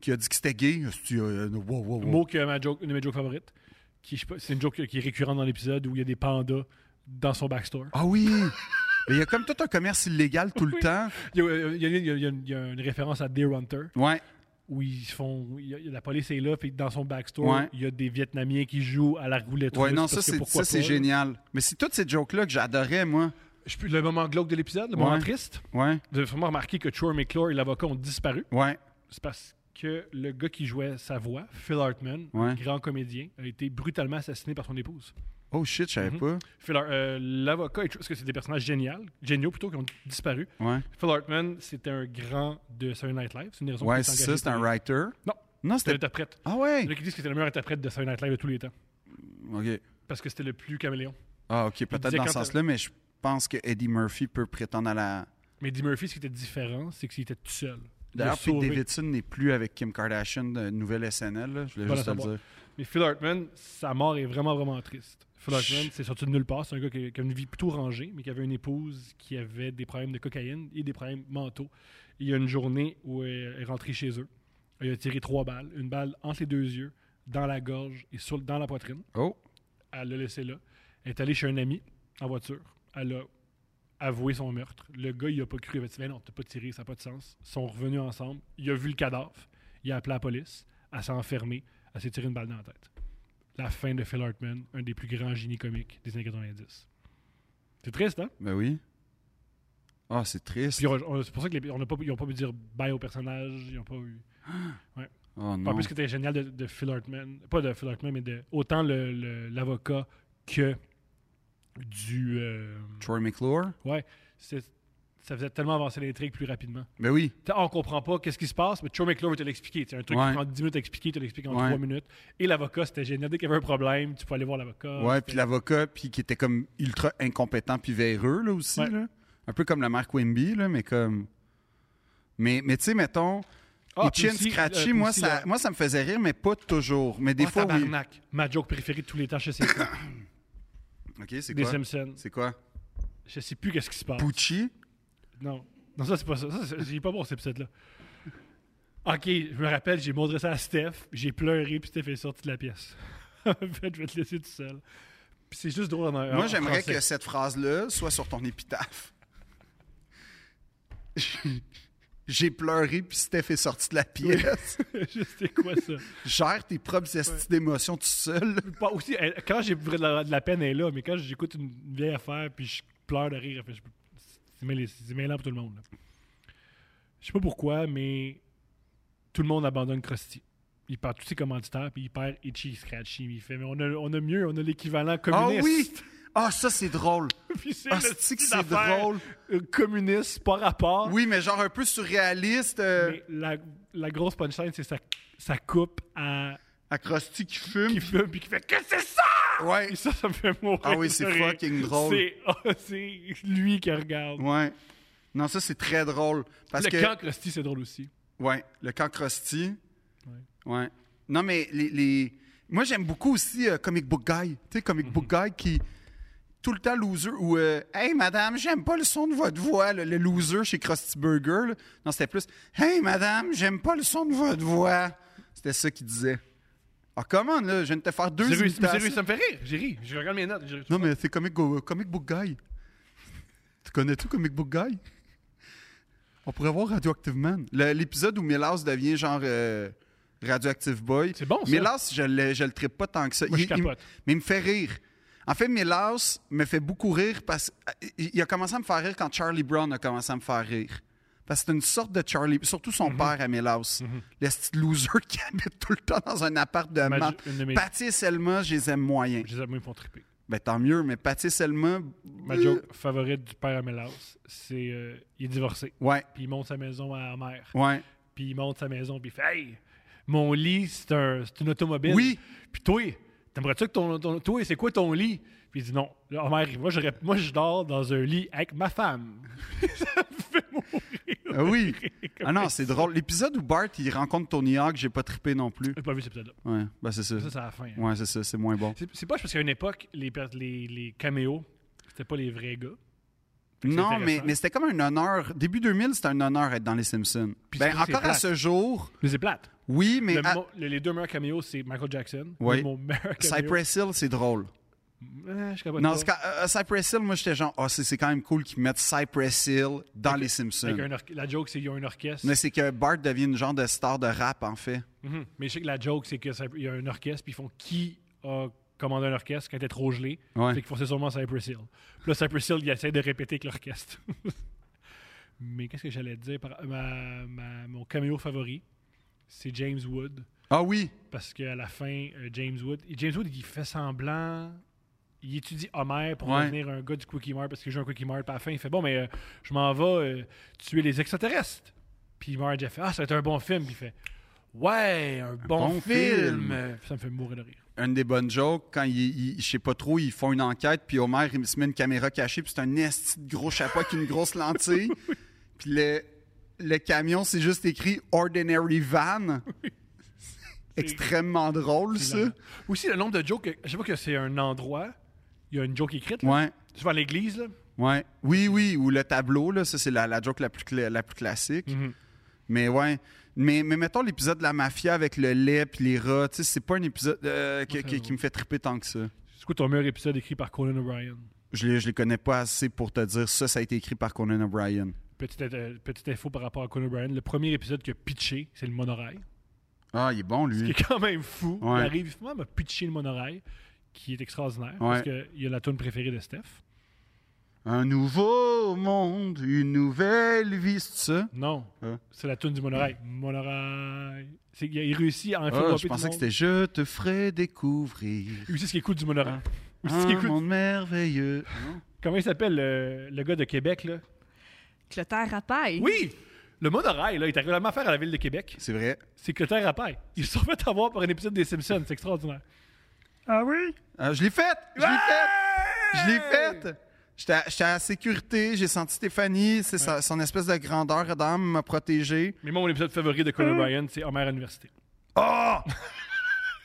S1: qui a dit que c'était gay. C'est-tu, euh, wow, wow, wow.
S2: Mot qui est ma joke, une de mes jokes favorites. Qui, je sais pas, c'est une joke qui est récurrente dans l'épisode où il y a des pandas dans son backstore.
S1: Ah oui! Mais Il y a comme tout un commerce illégal tout le temps.
S2: Il y a, euh, il y a- il y a- il y a une- il y a une référence à Deer Hunter
S1: Ouais.
S2: où ils font. il y a- la police est là, puis dans son backstore,
S1: Ouais.
S2: il y a des Vietnamiens qui jouent à la roulette.
S1: Ouais,
S2: russe
S1: non,
S2: parce
S1: ça,
S2: que
S1: c'est,
S2: pourquoi
S1: ça, c'est
S2: pas.
S1: génial. Mais c'est toutes ces jokes-là que j'adorais, moi.
S2: Je peux- le moment glauque de l'épisode, le moment
S1: Ouais.
S2: triste.
S1: Ouais.
S2: Vous avez sûrement remarqué que Troy McClure et l'avocat ont disparu.
S1: Ouais.
S2: C'est parce que le gars qui jouait sa voix, Phil Hartman,
S1: Ouais.
S2: grand comédien, a été brutalement assassiné par son épouse.
S1: Oh shit, je savais
S2: Mhm.
S1: pas.
S2: Phil Har- euh, l'avocat, et Tr- parce que c'est des personnages géniaux, géniaux plutôt, qui ont disparu.
S1: Ouais.
S2: Phil Hartman, c'était un grand de Saturday Night Live. C'est une des raisons pour
S1: Ouais,
S2: laquelle il
S1: c'est
S2: s'est
S1: ça,
S2: engagé
S1: c'est un
S2: pour-
S1: writer.
S2: Non,
S1: Non,
S2: c'est un
S1: c'était.
S2: interprète.
S1: Ah
S2: Il y en
S1: ouais!
S2: a qui disent que c'était le meilleur interprète de Saturday Night Live de tous les temps.
S1: OK.
S2: Parce que c'était le plus caméléon.
S1: Ah, OK, peut-être
S2: disait
S1: dans ce
S2: quand-
S1: sens-là, mais je pense que Eddie Murphy peut prétendre à la.
S2: Mais Eddie Murphy, ce qui était différent, c'est qu'il était tout seul. Il a
S1: D'ailleurs, Pete
S2: sauvé-
S1: Davidson n'est plus avec Kim Kardashian, de nouvelle SNL, là, je voulais
S2: Voilà,
S1: juste te le
S2: ça va.
S1: dire.
S2: Mais Phil Hartman, sa mort est vraiment, vraiment triste. Phil
S1: Chut.
S2: Hartman, c'est sorti de nulle part. C'est un gars qui, qui a une vie plutôt rangée, mais qui avait une épouse qui avait des problèmes de cocaïne et des problèmes mentaux. Et il y a une journée où elle est rentrée chez eux. Elle a tiré trois balles. Une balle entre les deux yeux, dans la gorge et sur, dans la poitrine.
S1: Oh,
S2: Elle l'a laissé là. Elle est allée chez un ami en voiture. Elle a avoué son meurtre. Le gars, il a pas cru. Il a dit Ben non, t'as pas tiré, ça n'a pas de sens. Ils sont revenus ensemble. Il a vu le cadavre. Il a appelé la police. Elle s'est enfermée. Elle s'est tirée une balle dans la tête. La fin de Phil Hartman, un des plus grands génies comiques des années 90. C'est triste, hein?
S1: ben oui. Ah, c'est triste.
S2: Puis on- on- c'est pour ça qu'ils n'ont pas, ils ont pas pu dire bye au personnage. Ils ont pas eu.
S1: Oh
S2: En
S1: non.
S2: plus, ce qui était génial de, de Phil Hartman, pas de Phil Hartman, mais de autant le- le- l'avocat que du. euh,
S1: Troy McClure?
S2: Ouais, c'est- ça faisait tellement avancer l'intrigue plus rapidement.
S1: Ben oui.
S2: T'sais, ah, on comprend pas qu'est-ce qui se passe, mais Joe McClure veut te l'expliquer. C'est un truc
S1: Ouais.
S2: qui prend 10 minutes à expliquer, il te l'explique en
S1: Ouais.
S2: 3 minutes. Et l'avocat, c'était génial. Dès qu'il y avait un problème, tu pouvais aller voir l'avocat.
S1: ouais,
S2: C'était-
S1: puis l'avocat, puis qui était comme ultra incompétent, puis véreux, là aussi.
S2: Ouais.
S1: Là. Un peu comme la marque Wimby, là, mais comme. Mais, mais tu sais, mettons,
S2: Ah, puis
S1: Itchy and
S2: aussi, euh,
S1: Scratchy,
S2: puis
S1: moi,
S2: aussi,
S1: ça,
S2: la-
S1: moi, ça me faisait rire, mais pas toujours. Mais des
S2: Ah,
S1: fois, oui.
S2: tabarnak. Ma joke préférée de tous les temps, je sais quoi.
S1: OK, c'est
S2: Des
S1: quoi?
S2: Simpsons.
S1: C'est quoi?
S2: Je sais plus qu'est-ce qui se passe.
S1: Pucci?
S2: Non. Non, ça, c'est pas ça. ça c'est- j'ai pas bon, cet épisode-là. Ok, je me rappelle, j'ai montré ça à Steph, j'ai pleuré, puis Steph est sorti de la pièce. <laughs> en fait, je vais te laisser tout seul. Puis c'est juste drôle en Ah, en-
S1: Moi,
S2: en
S1: j'aimerais
S2: français.
S1: que cette phrase-là soit sur ton épitaphe. <laughs> J'ai pleuré, puis Steph est sorti de la
S2: <laughs>
S1: pièce.
S2: Je sais quoi ça.
S1: Gère tes propres estis d'émotions tout seul.
S2: Pas aussi, elle- quand j'ai de la, de la peine, elle est là, mais quand j'écoute une vieille affaire puis je pleure de rire, elle fait, je peux- c'est mêlé- c'est mêlant pour tout le monde. là. Je sais pas pourquoi, mais tout le monde abandonne Krusty. Il perd tous ses commanditaires, puis il perd Itchy Scratchy. Il fait, mais on a, on a mieux, on a l'équivalent
S1: Ah
S2: communiste.
S1: oui! Ah, ça, c'est drôle.
S2: <laughs> Puis c'est
S1: Ah,
S2: le
S1: c'est que
S2: style
S1: c'est
S2: d'affaire,
S1: drôle.
S2: euh, Communiste, pas rapport.
S1: Oui, mais genre un peu surréaliste. euh,
S2: Ah. Mais la, la grosse punchline, c'est sa, sa coupe à,
S1: à Krusty qui fume.
S2: qui fume, puis qui fait, qu'est-ce que c'est ça?
S1: Ouais.
S2: Et ça, ça me fait mourir.
S1: Ah oui, c'est
S2: de rire.
S1: fucking drôle.
S2: C'est <laughs> ah, c'est lui qui regarde.
S1: Ouais. Non, ça, c'est très drôle. Parce
S2: le
S1: que.
S2: camp Krusty, c'est drôle aussi.
S1: Ouais, le camp Krusty. Ouais. Non, mais les. les- Moi, j'aime beaucoup aussi euh, Comic Book Guy. Tu sais, Comic Book Guy qui. Tout le temps loser ou euh, Hey madame, j'aime pas le son de votre voix. Le, le loser chez Krusty Burger. là. Non, c'était plus Hey madame, j'aime pas le son de votre voix. C'était ça qu'il disait. Ah, comment là, je viens de te faire deux
S2: J'ai ri,
S1: imitations.
S2: ça me fait rire. J'ai ri. Je regarde mes notes. j'ai ri.
S1: Non, mais c'est comic, Go- euh, comic Book Guy. Tu connais tout Comic Book Guy? On pourrait voir Radioactive Man. Le- L'épisode où Milas devient genre euh, Radioactive Boy.
S2: C'est bon, ça.
S1: Milas, je le, je le trippe pas tant que ça.
S2: Moi,
S1: Il-
S2: je
S1: il-
S2: capote.
S1: mais il me fait rire. En fait, Milas me fait beaucoup rire parce qu'il a commencé à me faire rire quand Charlie Brown a commencé à me faire rire. Parce que c'est une sorte de Charlie, surtout son
S2: Mhm.
S1: père à Milas. Le petit loser <laughs> qui habite tout le temps dans un appart de
S2: Ma-
S1: merde.
S2: une de mes-
S1: Patty et Selma, je les aime moyens.
S2: Je les aime, ah, ils me font triper.
S1: Ben tant mieux, mais Patty Selma. Euh.
S2: Ma joke favorite du père à Mélas, c'est euh, il est divorcé.
S1: Ouais,
S2: Puis il monte sa maison à la mère.
S1: ouais.
S2: Puis il monte sa maison, puis il fait Hey, mon lit, c'est un, c'est une automobile.
S1: Oui.
S2: Puis toi, t'aimerais-tu que ton. ton- toi, c'est quoi ton lit Puis il dit Non. Là, Homer, moi, j'aurais- moi, je dors dans un lit avec ma femme. <laughs>
S1: Ah oui. Ah non, c'est drôle. L'épisode où Bart il rencontre Tony Hawk, j'ai pas trippé non
S2: <laughs>
S1: plus.
S2: J'ai pas vu cet épisode-là.
S1: Ouais, ben c'est ça.
S2: Ça, c'est à la fin. hein.
S1: Ouais, c'est ça, c'est moins bon.
S2: C'est c'est pas parce qu'à une époque, les, per- les, les caméos, c'était pas les vrais gars. Fait que c'est
S1: Non, mais,
S2: intéressant.
S1: mais c'était comme un honneur. Début 2000, c'était un honneur être dans les Simpsons.
S2: Puis
S1: ben
S2: c'est pour ça que
S1: encore à
S2: c'est
S1: ce jour,
S2: Mais c'est plate.
S1: oui, mais
S2: Le
S1: à-
S2: mo- le- les deux meilleurs caméos, c'est Michael Jackson.
S1: Oui.
S2: Le mon meilleur caméo-
S1: Cypress Hill, c'est drôle.
S2: Euh, je capote
S1: Non,
S2: pas.
S1: c'est quand- euh, Cypress Hill, moi j'étais genre, ah, c'est- c'est quand même cool qu'ils mettent Cypress Hill dans les
S2: Avec
S1: Simpsons.
S2: un orche- La joke, c'est qu'il y a un orchestre.
S1: Mais c'est que Bart devient une genre de star de rap, en fait.
S2: Mhm. Mais je sais que la joke, c'est qu'il y a un orchestre, puis ils font qui a commandé un orchestre quand il était trop gelé.
S1: Ouais.
S2: Fait qu'ils font ça sûrement Cypress Hill. Puis là, Cypress Hill, il essaie de répéter avec l'orchestre. <laughs> Mais qu'est-ce que j'allais te dire? par- ma- ma- mon caméo favori, c'est James Wood.
S1: Ah oui,
S2: Parce qu'à la fin, euh, James Wood, et James Wood, il fait semblant. Il étudie Homer pour
S1: Ouais.
S2: devenir un gars du Quickie Mart parce qu'il joue un Quickie Mart. Puis à la fin, il fait Bon, mais euh, je m'en vais euh, tuer les extraterrestres. Puis Marge, a fait Ah, ça va être un bon film. Puis il fait Ouais, un, bon,
S1: bon
S2: film.
S1: film.
S2: Puis Ça me fait mourir de rire.
S1: une des bonnes jokes quand ils, ils- je sais pas trop, ils font une enquête, puis Homer, il se met une caméra cachée, puis c'est un esti de gros chapeau avec une grosse lentille. Puis le, le camion, c'est juste écrit Ordinary Van. <laughs> Extrêmement drôle,
S2: C'est
S1: ça.
S2: hilarant. Aussi, le nombre de jokes, que- je sais pas que c'est un endroit, il y a une joke écrite. là.
S1: Ouais,
S2: Souvent à l'église, là.
S1: ouais. Oui, oui, ou le tableau, là, ça, c'est la, la joke la plus, cla- la plus classique. Mais ouais. Mais, mais mettons l'épisode de la mafia avec le lait puis les rats, tu sais, c'est pas un épisode euh, que-
S2: c'est
S1: qui- qui me fait triper tant que ça.
S2: C'est quoi ton meilleur épisode écrit par Conan O'Brien
S1: Je les, je les connais pas assez pour te dire ça, ça a été écrit par Conan O'Brien.
S2: petite, euh, petite info par rapport à Conan O'Brien. Le premier épisode qui a pitché, c'est le monorail.
S1: Ah, il est bon,
S2: Ce qui
S1: lui.
S2: est quand même fou.
S1: Ouais.
S2: Il arrive finalement à me pitcher le monorail, qui est extraordinaire, parce qu'il a la tune préférée de Steph.
S1: Un nouveau monde, une nouvelle vie, c'est ça?
S2: Non,
S1: Hein?
S2: c'est la tune du monorail. Monorail. C'est- Il, il réussit à
S1: Ah,
S2: influencer
S1: je pensais que c'était Je te ferai découvrir
S2: <laughs> Aussi, ce qui est cool du monorail.
S1: Ah.
S2: Aussi, ce qui est
S1: un
S2: cool-
S1: monde merveilleux. Non?
S2: Comment il s'appelle le, le gars de Québec, là?
S4: Clotaire Rapaille.
S2: Oui! Le monorail, là, il est arrivé à la faire à la ville de Québec.
S1: C'est vrai.
S2: C'est Clotaire Rappaille. Ils se sont fait avoir par un épisode des Simpsons. C'est extraordinaire. Ah oui?
S1: Ah, je l'ai faite! Je l'ai faite! Je l'ai faite! J'étais à, j'étais à la sécurité, j'ai senti Stéphanie, c'est sa- son espèce de grandeur d'âme m'a protégé.
S2: Mais moi, mon épisode favori de Conan O'Brien, c'est Homer à l'université.
S1: Oh!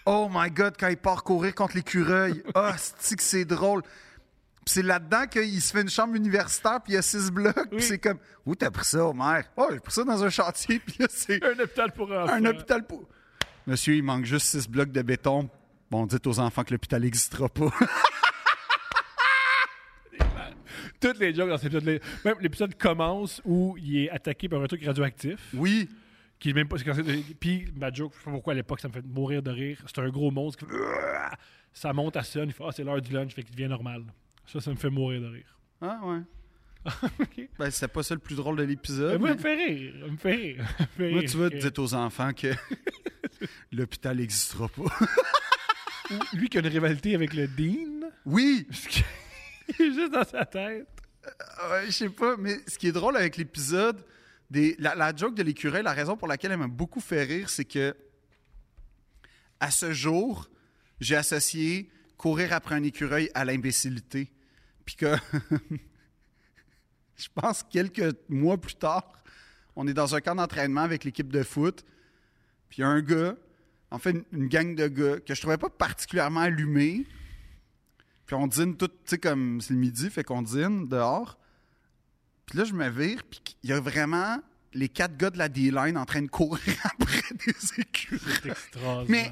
S1: oh my God, quand il part courir contre l'écureuil. Ah, c'est que c'est drôle. Puis c'est là-dedans qu'il se fait une chambre universitaire, puis il y a six blocs, puis c'est comme « Où t'as pris ça, Homer? »« Oh, j'ai pris ça dans un chantier, <laughs> puis là, c'est
S2: Un hôpital pour enfants.
S1: un hôpital pour... » Monsieur, il manque juste six blocs de béton. Bon, dites aux enfants que l'hôpital n'existera pas. <laughs>
S2: toutes les jokes dans cet épisode-là. Même l'épisode commence où il est attaqué par un truc radioactif.
S1: oui,
S2: Qui est même pas. c'est quand c'est- Puis ma joke, je sais pas pourquoi à l'époque ça me fait mourir de rire. C'est un gros monstre. qui fait- Ça monte à sonne. Il fait Ah, c'est l'heure du lunch. Fait qu'il devient normal. Ça, ça me fait mourir de rire.
S1: Ah ouais.
S2: Ok.
S1: Ben, c'était pas ça le plus drôle de
S2: Ah, Mais
S1: l'épisode.
S2: moi, elle me fait rire. Elle me fait rire. Elle me fait
S1: Moi,
S2: rire.
S1: tu veux
S2: Que-
S1: dire aux enfants que l'hôpital n'existera pas.
S2: Ou Lui qui a une rivalité avec le Dean.
S1: Oui,
S2: <laughs> Il est juste dans sa tête.
S1: Ah Ouais, je sais pas, mais ce qui est drôle avec l'épisode, des, la, la joke de l'écureuil, la raison pour laquelle elle m'a beaucoup fait rire, c'est que à ce jour, j'ai associé courir après un écureuil à l'imbécilité. Puis que <laughs> je pense quelques mois plus tard, on est dans un camp d'entraînement avec l'équipe de foot. Puis il y a un gars, en fait, une, une gang de gars que je trouvais pas particulièrement allumé. Puis on dîne tout, tu sais, comme c'est le midi, fait qu'on dîne dehors. Puis là, je me vire, puis il y a vraiment les quatre gars de la D-line en train de courir <laughs> après des écureuils.
S2: C'est extraordinaire.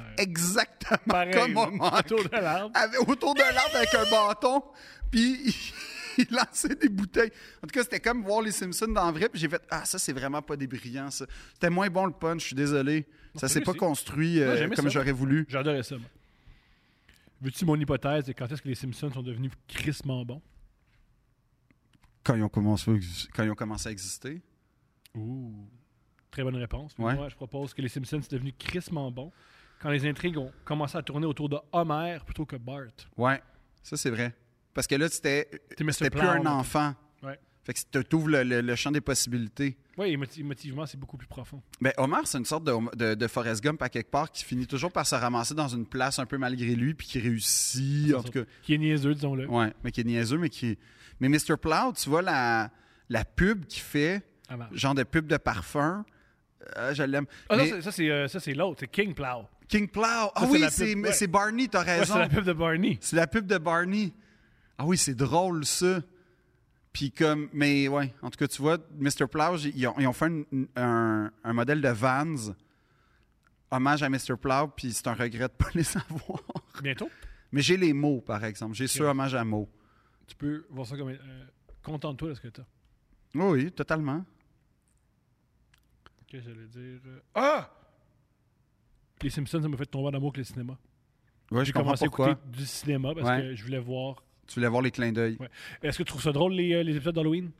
S1: Mais exactement
S2: Pareil,
S1: comme au moment
S2: <laughs> autour de l'arbre.
S1: avec- autour de l'arbre avec un bâton, puis <laughs> il, il lançait des bouteilles. En tout cas, c'était comme voir les Simpsons dans le vrai, puis j'ai fait Ah, ça, c'est vraiment pas des brillants, ça. C'était moins bon le punch, je suis désolé. Ça
S2: c'est
S1: s'est pas
S2: réussi.
S1: construit euh,
S2: Non, j'aimais
S1: comme
S2: ça.
S1: j'aurais voulu.
S2: eh, J'adorais ça, moi. Veux-tu mon hypothèse de quand est-ce que les Simpsons sont devenus crissement bons?
S1: Quand ils ont commencé, quand ils ont commencé à exister.
S2: Ouh. Très bonne réponse.
S1: Ouais.
S2: Moi, je propose que les Simpsons sont devenus crissement bons quand les intrigues ont commencé à tourner autour de Homer plutôt que Bart.
S1: Ouais, ça, c'est vrai. Parce que là, c'était
S2: T'aimais ce
S1: c'était plus
S2: plan,
S1: un
S2: là.
S1: enfant.
S2: Ouais.
S1: Fait que tu ouvres le, le- le champ des possibilités.
S2: Oui, émoti- émotivement, c'est beaucoup plus profond.
S1: Ben, Homer, c'est une sorte de, de, de Forrest Gump à quelque part qui finit toujours par se ramasser dans une place un peu malgré lui, puis qui réussit. En tout cas,
S2: Qui est niaiseux, disons-le.
S1: Ouais, mais qui est niaiseux, mais qui. Mais Mr. Ploud, tu vois la, la pub qu'il fait,
S2: Ah, marche.
S1: genre de pub de parfum. euh, je l'aime.
S2: Ah non,
S1: Mais
S2: ça, ça, c'est euh, ça, c'est l'autre, c'est King Plow. Ouais,
S1: King Plow. Ah
S2: c'est
S1: oui,
S2: la pub,
S1: c'est
S2: ouais.
S1: c'est Barney, t'as raison.
S2: c'est la pub de Barney.
S1: c'est la... pub de Barney. Ah oui, c'est drôle ça. Puis comme, mais ouais, en tout cas, tu vois, Mr. Plow, j'ai- ils ont, ils ont fait une- une- un, un modèle de Vans, hommage à Mr. Plow, puis c'est un regret de pas <laughs> les avoir.
S2: Bientôt,
S1: Mais j'ai les mots, par exemple. J'ai ce hommage à mots.
S2: tu peux voir ça comme. euh, Contente-toi de ce que t'as.
S1: Oui, oui, totalement.
S2: Qu'est-ce que j'allais dire? euh, Ah! Les Simpsons, ça m'a fait tomber en amour avec le cinéma.
S1: Ouais,
S2: J'ai
S1: je comprends
S2: commencé à
S1: pourquoi.
S2: écouter du cinéma parce
S1: Ouais.
S2: que je voulais voir.
S1: Tu voulais voir les clins d'œil.
S2: Ouais. Est-ce que tu trouves ça drôle, les, euh, les épisodes d'Halloween?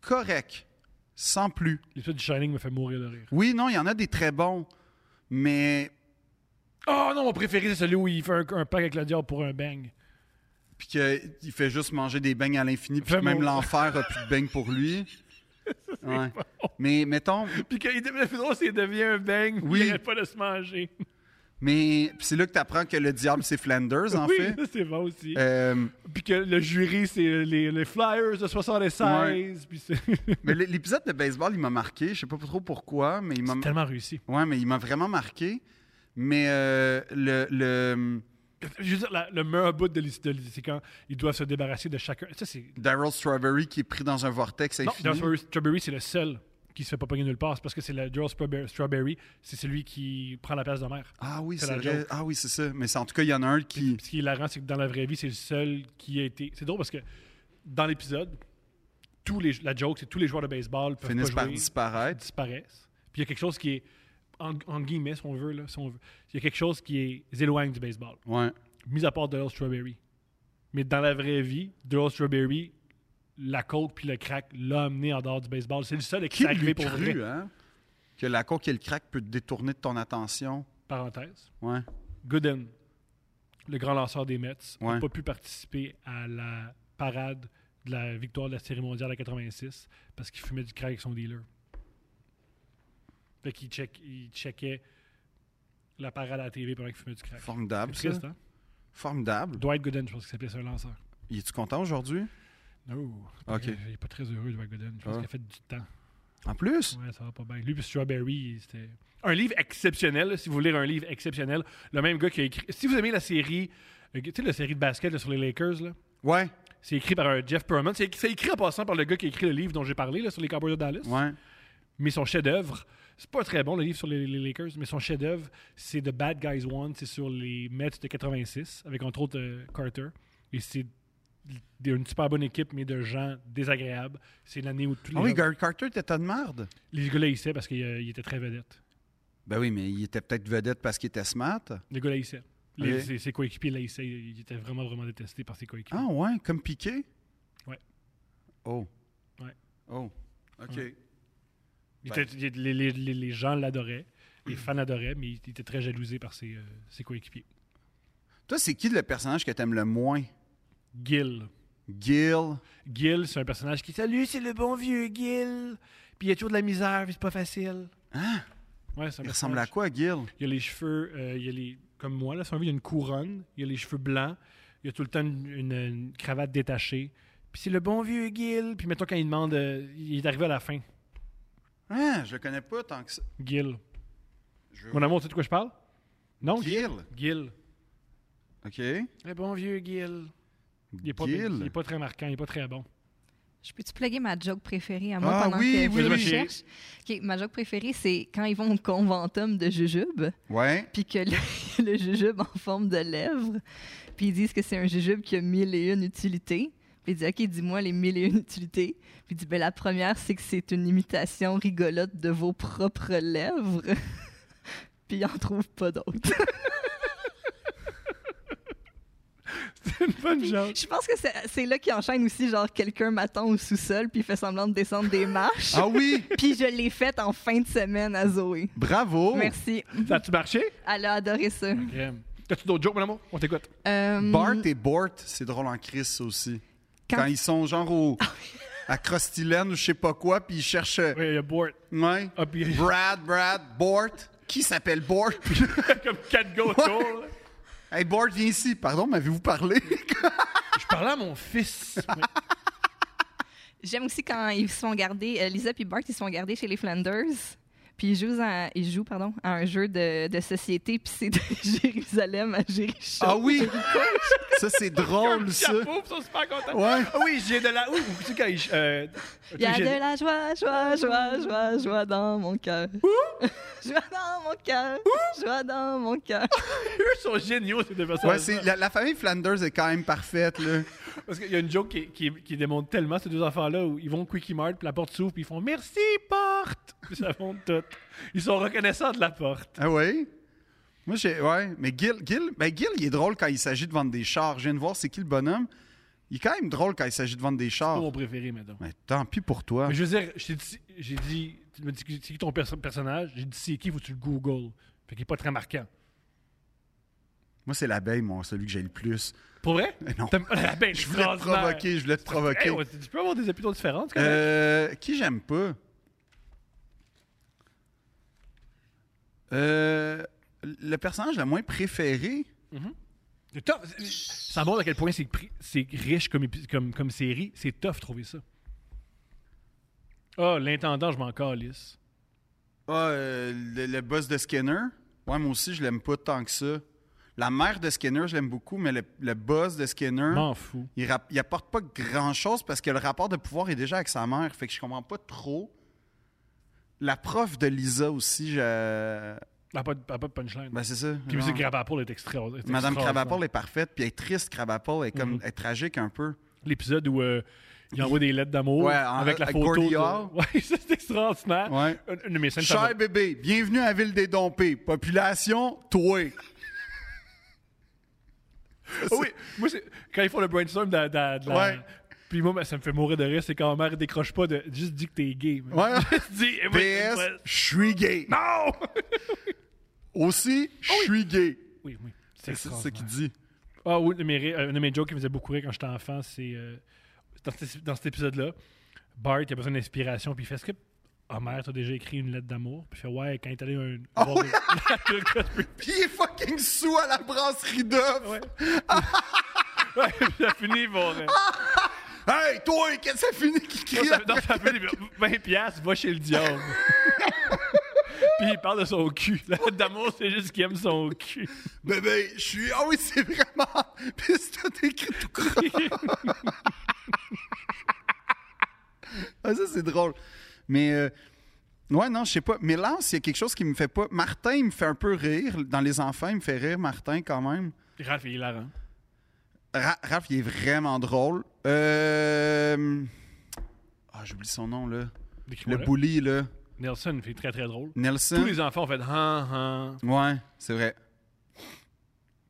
S1: Correct. Sans plus.
S2: L'épisode du Shining me fait mourir de rire.
S1: Oui, non, il y en a des très bons. Mais.
S2: Oh non, mon préféré, c'est celui où il fait un, un pack avec le diable pour un bang.
S1: Puis qu'il fait juste manger des beignes à l'infini, puis que
S2: Vraiment.
S1: même l'enfer a plus de beignes pour
S2: <laughs>
S1: lui. Ouais. Mais mettons.
S2: Puis quand il devient drôle, c'est qu'il devient un bang.
S1: Oui.
S2: Il arrête pas de se manger.
S1: Mais puis c'est là que tu apprends que le diable, c'est Flanders, en
S2: oui,
S1: fait.
S2: ça, c'est bon aussi.
S1: Euh,
S2: Puis que le jury, c'est les, les Flyers de 76. Puis c'est <laughs>
S1: mais l- l'épisode de baseball, il m'a marqué. Je sais pas trop pourquoi, mais il m'a.
S2: tellement réussi.
S1: Ouais, mais il m'a vraiment marqué. Mais euh, le. le... mm,
S2: Je veux dire, la- le meilleur bout de l'histoire, c'est quand ils doivent se débarrasser de chacun. Ça, c'est
S1: Daryl Strawberry qui est pris dans un vortex
S2: Non,
S1: infini.
S2: Daryl Strawberry, c'est le seul qui se fait pas pogner nulle part. C'est parce que c'est le Daryl Strawberry- Strawberry, c'est celui qui prend la place de mère.
S1: Ah oui,
S2: C'est
S1: c'est
S2: la
S1: vrai.
S2: joke.
S1: Ah oui, c'est ça. Mais c'est- en tout cas, il y en a un qui.
S2: Ce qui est hilarant, c'est que dans la vraie vie, c'est le seul qui a été. C'est drôle parce que dans l'épisode, tous les... la joke, c'est tous les joueurs de baseball peuvent
S1: finissent
S2: pas
S1: par
S2: jouer,
S1: disparaître.
S2: disparaissent. Puis il y a quelque chose qui est, en, en guillemets, si on veut, là, si on veut, il y a quelque chose qui est éloigne du baseball,
S1: Ouais.
S2: mis à part Daryl Strawberry. Mais dans la vraie vie, Daryl Strawberry, la coke puis le crack l'a amené en dehors du baseball. C'est le seul à qui
S1: Qui
S2: s'est arrivé
S1: l'eût
S2: pour
S1: cru,
S2: vrai.
S1: hein? Que la coque et le crack peut te détourner de ton attention.
S2: Parenthèse.
S1: Ouais.
S2: Gooden, le grand lanceur des Mets, n'a
S1: Ouais.
S2: pas pu participer à la parade de la victoire de la Série mondiale en 86 parce qu'il fumait du crack avec son dealer. Fait qu'il check, il checkait la parade à la TV pendant qu'il fumait du crack. C'est
S1: Formidable. Ah, ça.
S2: triste, hein?
S1: Formidable.
S2: Dwight Gooden, je pense qu'il s'appelait ça, un lanceur.
S1: Y es-tu content aujourd'hui?
S2: Non.
S1: Oh, Ok.
S2: Il n'est pas très heureux, Dwight Gooden. Je pense
S1: Ah.
S2: qu'il a fait du temps.
S1: En plus?
S2: Ouais, ça va pas bien. Lui, puis Strawberry, c'était. Un livre exceptionnel, si vous voulez lire un livre exceptionnel. Le même gars qui a écrit. Si vous aimez la série, euh, tu sais, la série de basket là, sur les Lakers, là,
S1: Ouais.
S2: c'est écrit par un Jeff Perman. C'est c'est écrit en passant par le gars qui a écrit le livre dont j'ai parlé là, sur les Cowboys de Dallas.
S1: Ouais.
S2: Mais son chef-d'œuvre, c'est pas très bon le livre sur les, les Lakers, mais son chef-d'œuvre, c'est The Bad Guys One, c'est sur les Mets de 86, avec entre autres euh, Carter. Et c'est d- une super bonne équipe, mais de gens désagréables. C'est l'année où tous les,
S1: Ah oui,
S2: gens-
S1: Gary Carter, t'es tas de merde.
S2: les gars laissaient parce qu'il euh, il était très vedette.
S1: Ben oui, mais il était peut-être vedette parce qu'il était smart.
S2: Le gars laissait. Les,
S1: Ok.
S2: ses, ses coéquipiers laissaient. Il était vraiment, vraiment détesté par ses coéquipiers.
S1: Ah ouais, comme Piqué?
S2: Ouais.
S1: Oh.
S2: Ouais.
S1: Oh. OK.
S2: Il était- il- les, les- les- les gens l'adoraient, les fans l'adoraient, mais il était très jalousé par ses, euh, ses coéquipiers.
S1: Toi, c'est qui le personnage que t'aimes le moins?
S2: Gil.
S1: Gil?
S2: Gil, c'est un personnage qui Salut, c'est le bon vieux Gil. Puis il y a toujours de la misère, puis c'est pas facile.
S1: Hein?
S2: Ouais, c'est un
S1: Il ressemble à
S2: personnage.
S1: quoi, Gil?
S2: Il y a les cheveux, euh, il y a les, comme moi, là, si on veut, il y a une couronne, il y a les cheveux blancs, il y a tout le temps une, une- une cravate détachée. Puis c'est le bon vieux Gil. Puis mettons, quand il demande, euh, il est arrivé à la fin.
S1: Ah, je le connais pas tant que ça.
S2: Gil.
S1: Je veux-
S2: Mon amour, tu sais de quoi je parle? Non?
S1: Gil.
S2: Oh, Gil.
S1: OK.
S2: Le bon vieux Gil. Il est pas,
S1: Gil.
S2: il est pas très marquant, il est pas très bon.
S4: Je peux-tu plugger ma joke préférée à moi
S1: Ah
S4: pendant
S1: oui,
S4: que
S1: oui,
S4: je
S1: oui.
S4: cherche? Ok, ma joke préférée, c'est quand ils vont au conventum de jujube,
S1: Ouais.
S4: puis que le, <laughs> le jujube en forme de lèvre, puis ils disent que c'est un jujube qui a mille et une utilités. Puis ils disent, OK, dis-moi les mille et une utilités. Puis ils disent, ben, la première, c'est que c'est une imitation rigolote de vos propres lèvres. <laughs> puis ils n'en trouvent
S1: <laughs>
S4: pas d'autres.
S2: <laughs> C'est une bonne joke.
S4: Je pense que c'est c'est là qu'ils enchaînent aussi, genre, quelqu'un m'attend au sous-sol, puis il fait semblant de descendre des marches.
S1: Ah oui!
S4: Puis je l'ai faite en fin de semaine à Zoé.
S1: Bravo!
S4: Merci.
S2: Ça a-tu marché?
S4: Elle a adoré ça.
S2: Crème. T'as-tu d'autres jokes, mon amour? On t'écoute.
S4: Euh,
S1: Bart et Bort, c'est drôle en crise ça aussi. Quand...
S4: Quand-
S1: ils sont genre au, à Crostilène ou je sais pas quoi, puis ils cherchent. euh,
S2: Oui, il y a Bort.
S1: Ouais.
S2: Ah, puis-
S1: Brad, Brad, Bort. Qui s'appelle Bort? Puis,
S2: Comme quatre gars autour. là.
S1: hey, Bort, viens ici. Pardon, m'avez-vous parlé?
S2: Je parlais à mon <laughs> fils.
S4: J'aime aussi quand ils se font garder, euh, Lisa puis Bart, ils se font garder chez les Flanders. Puis ils jouent, à, ils jouent pardon, à un jeu de, de société, puis c'est de <laughs> Jérusalem à Jéricho.
S1: ah oui! <laughs> ça, c'est drôle, ça.
S2: Chapeau, ils sont super contents.
S1: Ouais.
S2: Ah oui, j'ai de la. Ouh, tu sais, quand il. euh,
S4: Il y a
S2: j'ai-
S4: de la joie, joie, joie, joie, joie dans mon cœur. <laughs> joie dans mon cœur. Joie dans mon cœur.
S2: Eux sont géniaux, ces deux
S1: Ouais,
S2: personnages.
S1: c'est, la, la famille Flanders est quand même parfaite, là.
S2: Parce qu'il y a une joke qui, qui, qui démontre tellement ces deux enfants-là où ils vont au Quickie Mart, puis la porte s'ouvre, puis ils font Merci, porte! <laughs> Puis ça monte tout. Ils sont reconnaissants de la porte.
S1: Ah oui? Moi, j'ai. Ouais. Mais Gil, Gil, ben Gil, il est drôle quand il s'agit de vendre des chars. Je viens de voir c'est qui le bonhomme. Il est quand même drôle quand il s'agit de vendre des
S2: C'est
S1: chars.
S2: mon préféré, maintenant.
S1: Mais tant pis pour toi.
S2: Mais je veux dire, je t'ai dit- j'ai dit, tu me dis c'est qui ton perso- personnage? J'ai dit c'est qui, faut que tu le Google. Fait qu'il est pas très marquant.
S1: Moi, c'est l'abeille, moi, celui que j'ai le plus. <laughs>
S2: Pour vrai?
S1: Mais non.
S2: T'aimes pas la bête
S1: Je voulais te provoquer, je voulais
S2: Eh,
S1: te provoquer.
S2: tu peux avoir des opinions différentes, quand même.
S1: Euh, qui j'aime pas? Euh, le personnage le moins préféré?
S2: C'est tough. C'est- Ça montre à quel point c'est pri- c'est riche comme, épi- comme, comme série. C'est tough de trouver ça. Ah, l'intendant, je m'en calisse.
S1: Ah, euh, le, le boss de Skinner. Ouais, moi aussi, je l'aime pas tant que ça. La mère de Skinner, je l'aime beaucoup, mais le, le boss de Skinner,
S2: M'en fous.
S1: il, rap- il apporte pas grand-chose parce que le rapport de pouvoir est déjà avec sa mère, fait que je comprends pas trop. La prof de Lisa aussi, je...
S2: Elle n'a Ah, pas, de- elle a pas de punchline.
S1: ben c'est ça.
S2: Puis
S1: genre.
S2: M. Krabappel est extraordinaire.
S1: Madame Crabapole est parfaite, puis elle est triste, Crabapole, elle est, comme,
S2: Mhm.
S1: elle est tragique un peu.
S2: L'épisode où euh, il envoie des lettres d'amour
S1: Ouais, en-
S2: avec la
S1: avec
S2: photo.
S1: Gordy
S2: de-
S1: Hall.
S2: <laughs> Ouais, ça, c'est extraordinaire.
S1: Ouais.
S2: Une- Une de mes scènes
S1: Cher
S2: favorites.
S1: bébé, bienvenue à la ville des Dompés. Population, toi.
S2: Ah oui, moi, c'est- quand ils font le brainstorm de, la- de la- de la-
S1: Ouais.
S2: Puis moi, ben, ça me fait mourir de rire, c'est quand ma mère décroche pas de juste dis que t'es gay. man.
S1: Ouais.
S2: <laughs> Juste dis, eh oui,
S1: PS,
S2: ouais.
S1: je suis gay.
S2: Non! <laughs>
S1: Aussi, je suis gay.
S2: oui, oui.
S1: C'est ce
S2: extraordinaire.
S1: qu'il dit.
S2: Ah oui, un de mes, ri- un de mes jokes qui me faisait beaucoup rire quand j'étais enfant, c'est euh, dans, cet- dans cet épisode-là, Bart, il a besoin d'inspiration, puis il fait Est-ce que Homer, t'as déjà écrit une lettre d'amour Puis il fait Ouais, quand il est allé
S1: <laughs>
S2: un. voir
S1: oui!
S2: des- <laughs> Le gars, puis-
S1: Puis il est fucking sous à la brasserie d'œufs.
S2: Ouais. ouais, puis ça finit par. euh,
S1: Ah! Hey, toi, qu'est-ce que ça finit qui crie?
S2: ça- non, ça finit par 20$, piastres, va chez le diable.
S1: <laughs>
S2: puis il parle de son cul. La lettre d'amour, c'est juste qu'il aime son cul.
S1: Bébé, je suis. Ah oui, c'est vraiment. <laughs> Puis c'est tout écrit tout croche. <laughs> ah, ça, c'est drôle. Mais. euh, Ouais, non, je sais pas. Mais là, il y a quelque chose qui me fait pas. Martin, il me fait un peu rire. Dans les enfants, il me fait rire, Martin, quand même.
S2: Raph, il est hilarant.
S1: Ra- Raph, il est vraiment drôle. Euh... Ah, j'oublie son nom, là. Le
S2: Décris-moi-le.
S1: bully, là.
S2: Nelson, il fait très très drôle.
S1: Nelson.
S2: Tous les enfants ont fait Han, han.
S1: Ouais, c'est vrai.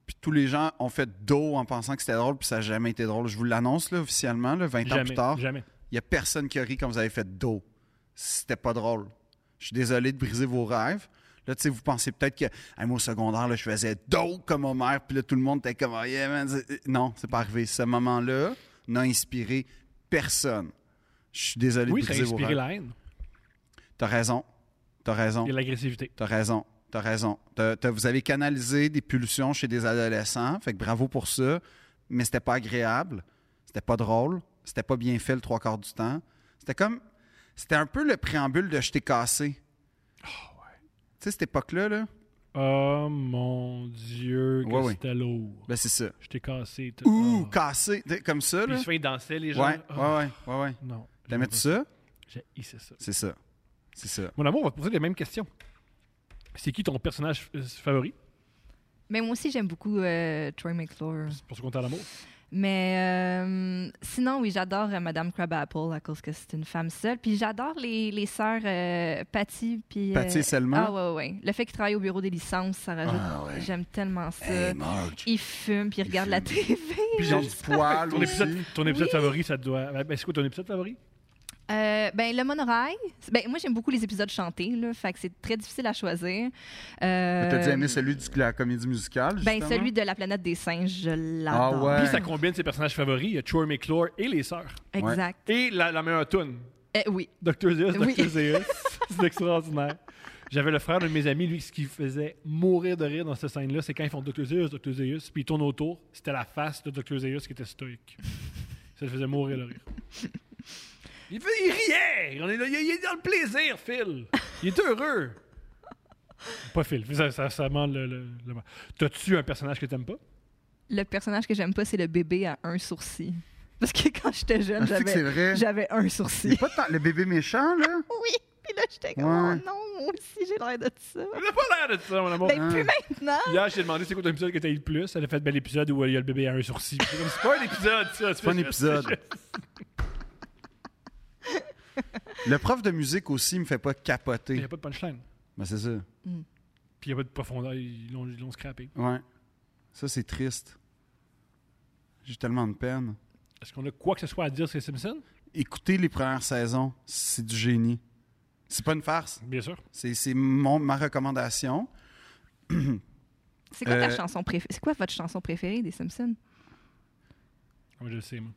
S1: Puis tous les gens ont fait dos en pensant que c'était drôle, puis ça n'a jamais été drôle. Je vous l'annonce, là, officiellement, là, 20 ans
S2: Jamais.
S1: plus tard. Il
S2: Jamais.
S1: n'y a personne qui a ri quand vous avez fait dos. C'était pas drôle. Je suis désolé de briser vos rêves. Là, tu sais, vous pensez peut-être que, hey, moi, au secondaire, là, je faisais dos comme Homer, puis là, tout le monde était comme, Ah, yeah, man, c'est- Non, c'est pas arrivé. Ce moment-là n'a inspiré personne. Je suis désolé
S2: Oui,
S1: de
S2: ça a
S1: briser vos
S2: inspiré
S1: rêves.
S2: la haine.
S1: T'as raison. T'as raison.
S2: Il y a l'agressivité.
S1: T'as raison, t'as raison. T'as- t'as- vous avez canalisé des pulsions chez des adolescents, fait que bravo pour ça, mais c'était pas agréable, c'était pas drôle, c'était pas bien fait le trois quarts du Ah, temps. C'était comme, c'était un peu le préambule de je t'ai cassé. sais, cette époque-là, là,
S2: Oh mon Dieu, que
S1: Ouais, ouais.
S2: c'était lourd.
S1: ben c'est ça.
S2: Je t'ai cassé. t'as-
S1: Ouh,
S2: Ah.
S1: cassé, t'sais, comme ça,
S2: Puis
S1: là.
S2: il se fait danser, les
S1: Ouais,
S2: gens.
S1: ouais,
S2: Ah,
S1: ouais, ouais, ouais.
S2: Non.
S1: T'as mis ça?
S2: J'ai hissé ça.
S1: C'est ça. C'est ça.
S2: Mon amour, on va te poser les mêmes questions. C'est qui ton personnage euh, favori?
S4: Mais moi aussi, j'aime beaucoup euh, Troy McClure.
S2: C'est pour ce qu'on t'a l'amour.
S4: Mais euh, sinon, oui, j'adore euh, Madame Crabapple à cause que c'est une femme seule. Puis j'adore les, les sœurs euh, Patty. Puis, euh,
S1: Patty seulement.
S4: Ah ouais, ouais. Le fait qu'ils travaillent au bureau des licences, ça rajoute.
S1: Ah, ouais.
S4: J'aime tellement ça.
S1: Hey, Marge.
S4: ils fument, puis ils
S1: Ils
S4: regardent la
S1: fument.
S4: TV.
S1: Puis ils ont du poil
S2: <laughs> Ton épisode,
S1: aussi.
S2: ton épisode
S4: Oui.
S2: favori, ça doit. Ben, ben, c'est quoi ton épisode favori?
S4: Euh, ben, le monorail. Ben, moi, j'aime beaucoup les épisodes chantés, là. Fait que c'est très difficile à choisir. Euh,
S1: T'as dit aimer celui de la comédie musicale,
S4: Ben,
S1: justement?
S4: celui de la planète des singes, je l'adore.
S1: Ah ouais.
S2: Puis ça combine ses personnages favoris, il y a Troy McClure et les sœurs.
S4: Exact.
S2: Et la, la meilleure toune,
S4: Eh oui.
S2: Dr. Zeus,
S4: Oui.
S2: Dr. Zeus. <laughs> c'est extraordinaire. J'avais le frère de mes amis, lui, ce qui faisait mourir de rire dans cette scène-là, c'est quand ils font Dr. Zeus, Dr. Zeus, puis ils tournent autour, c'était la face de Dr. Zeus qui était stoïque. Ça le faisait mourir de rire. Il, fait- il riait! On est là- il, il est dans le plaisir, Phil! Il est heureux! Pas Phil, ça, ça, ça ment le. le- le- T'as-tu un personnage que t'aimes pas?
S4: Le personnage que j'aime pas, c'est le bébé à un sourcil. Parce que quand j'étais jeune,
S1: Ah, c'est que c'est
S4: j'avais,
S1: vrai.
S4: j'avais un
S1: Il est
S4: sourcil.
S1: pas tant- Le bébé méchant, là?
S4: <laughs> Oui. Puis là, j'étais comme,
S1: Ouais.
S4: oh non, moi aussi, j'ai l'air de ça.
S2: On n'a pas l'air de ça, mon amour!
S4: Ben,
S1: Ah.
S4: plus maintenant.
S2: Hier, j'ai demandé c'est quoi ton épisode que t'as eu le plus. Elle a fait bel épisode où euh, il y a le bébé à un sourcil. Puis comme, C'est pas un épisode, ça. C'est
S1: pas un épisode. Le prof de musique aussi me fait pas
S2: <laughs> Il n'y a
S1: capoter.
S2: pas de punchline.
S1: Ben, c'est ça.
S2: Puis il n'y a pas de profondeur. Ils l'ont, ils l'ont scrappé.
S1: Ouais. Ça, c'est triste. J'ai tellement de peine.
S2: Est-ce qu'on a quoi que ce soit à dire sur les Simpsons?
S1: Écoutez les premières saisons, c'est du génie. C'est pas une farce.
S2: Bien sûr.
S1: C'est c'est mon- ma recommandation.
S4: C'est quoi ta
S1: Euh,
S4: chanson préférée? C'est quoi votre chanson préférée des Simpsons?
S2: Ah, Moi, je le sais, moi.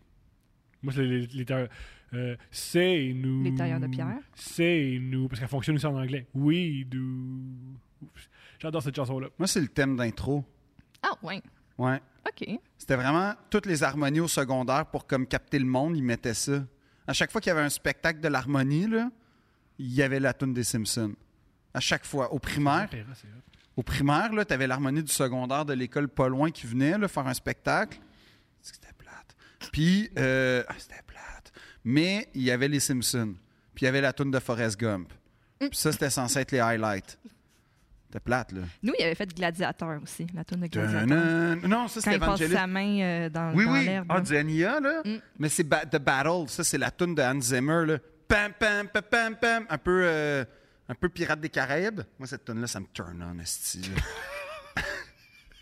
S2: Moi, c'est les, les, les tailleurs- euh, c'est nous.
S4: Les tailleurs de pierre.
S2: C'est nous. Parce qu'elle fonctionne aussi en anglais. We do. Oups. J'adore cette chanson-là.
S1: Moi, c'est le thème d'intro.
S4: Ah, ouais.
S1: Ouais.
S4: OK.
S1: C'était vraiment toutes les harmonies au secondaire pour comme capter le monde, ils mettaient ça. À chaque fois qu'il y avait un spectacle de l'harmonie, là, il y avait la tune des Simpsons. À chaque fois. Au primaire,
S2: Opéra, c'est hot.
S1: au primaire, tu avais l'harmonie du secondaire de l'école pas loin qui venait là, faire un spectacle. C'est que C'était plate. Puis, euh, ah, c'était plate. Mais il y avait les Simpsons. Puis il y avait la tune de Forrest Gump. Puis ça, c'était censé être les highlights. C'était plate, là.
S4: Nous, il avait fait Gladiateur aussi, la tourne de Gladiateur.
S1: Tadam. Non, ça,
S4: Quand
S1: c'était
S4: il passe
S1: Evangelist.
S4: sa main euh, dans,
S1: Oui,
S4: dans
S1: oui.
S4: l'herbe.
S1: Ah,
S4: là.
S1: du NIA, là.
S4: Mm.
S1: Mais c'est ba- The Battle. Ça, c'est la tune de Hans Zimmer, là. Pam, pam, pam, pam, pam. Un peu, euh, un peu Pirate des Caraïbes. Moi, cette tune là ça me turn on, esti, là. <laughs>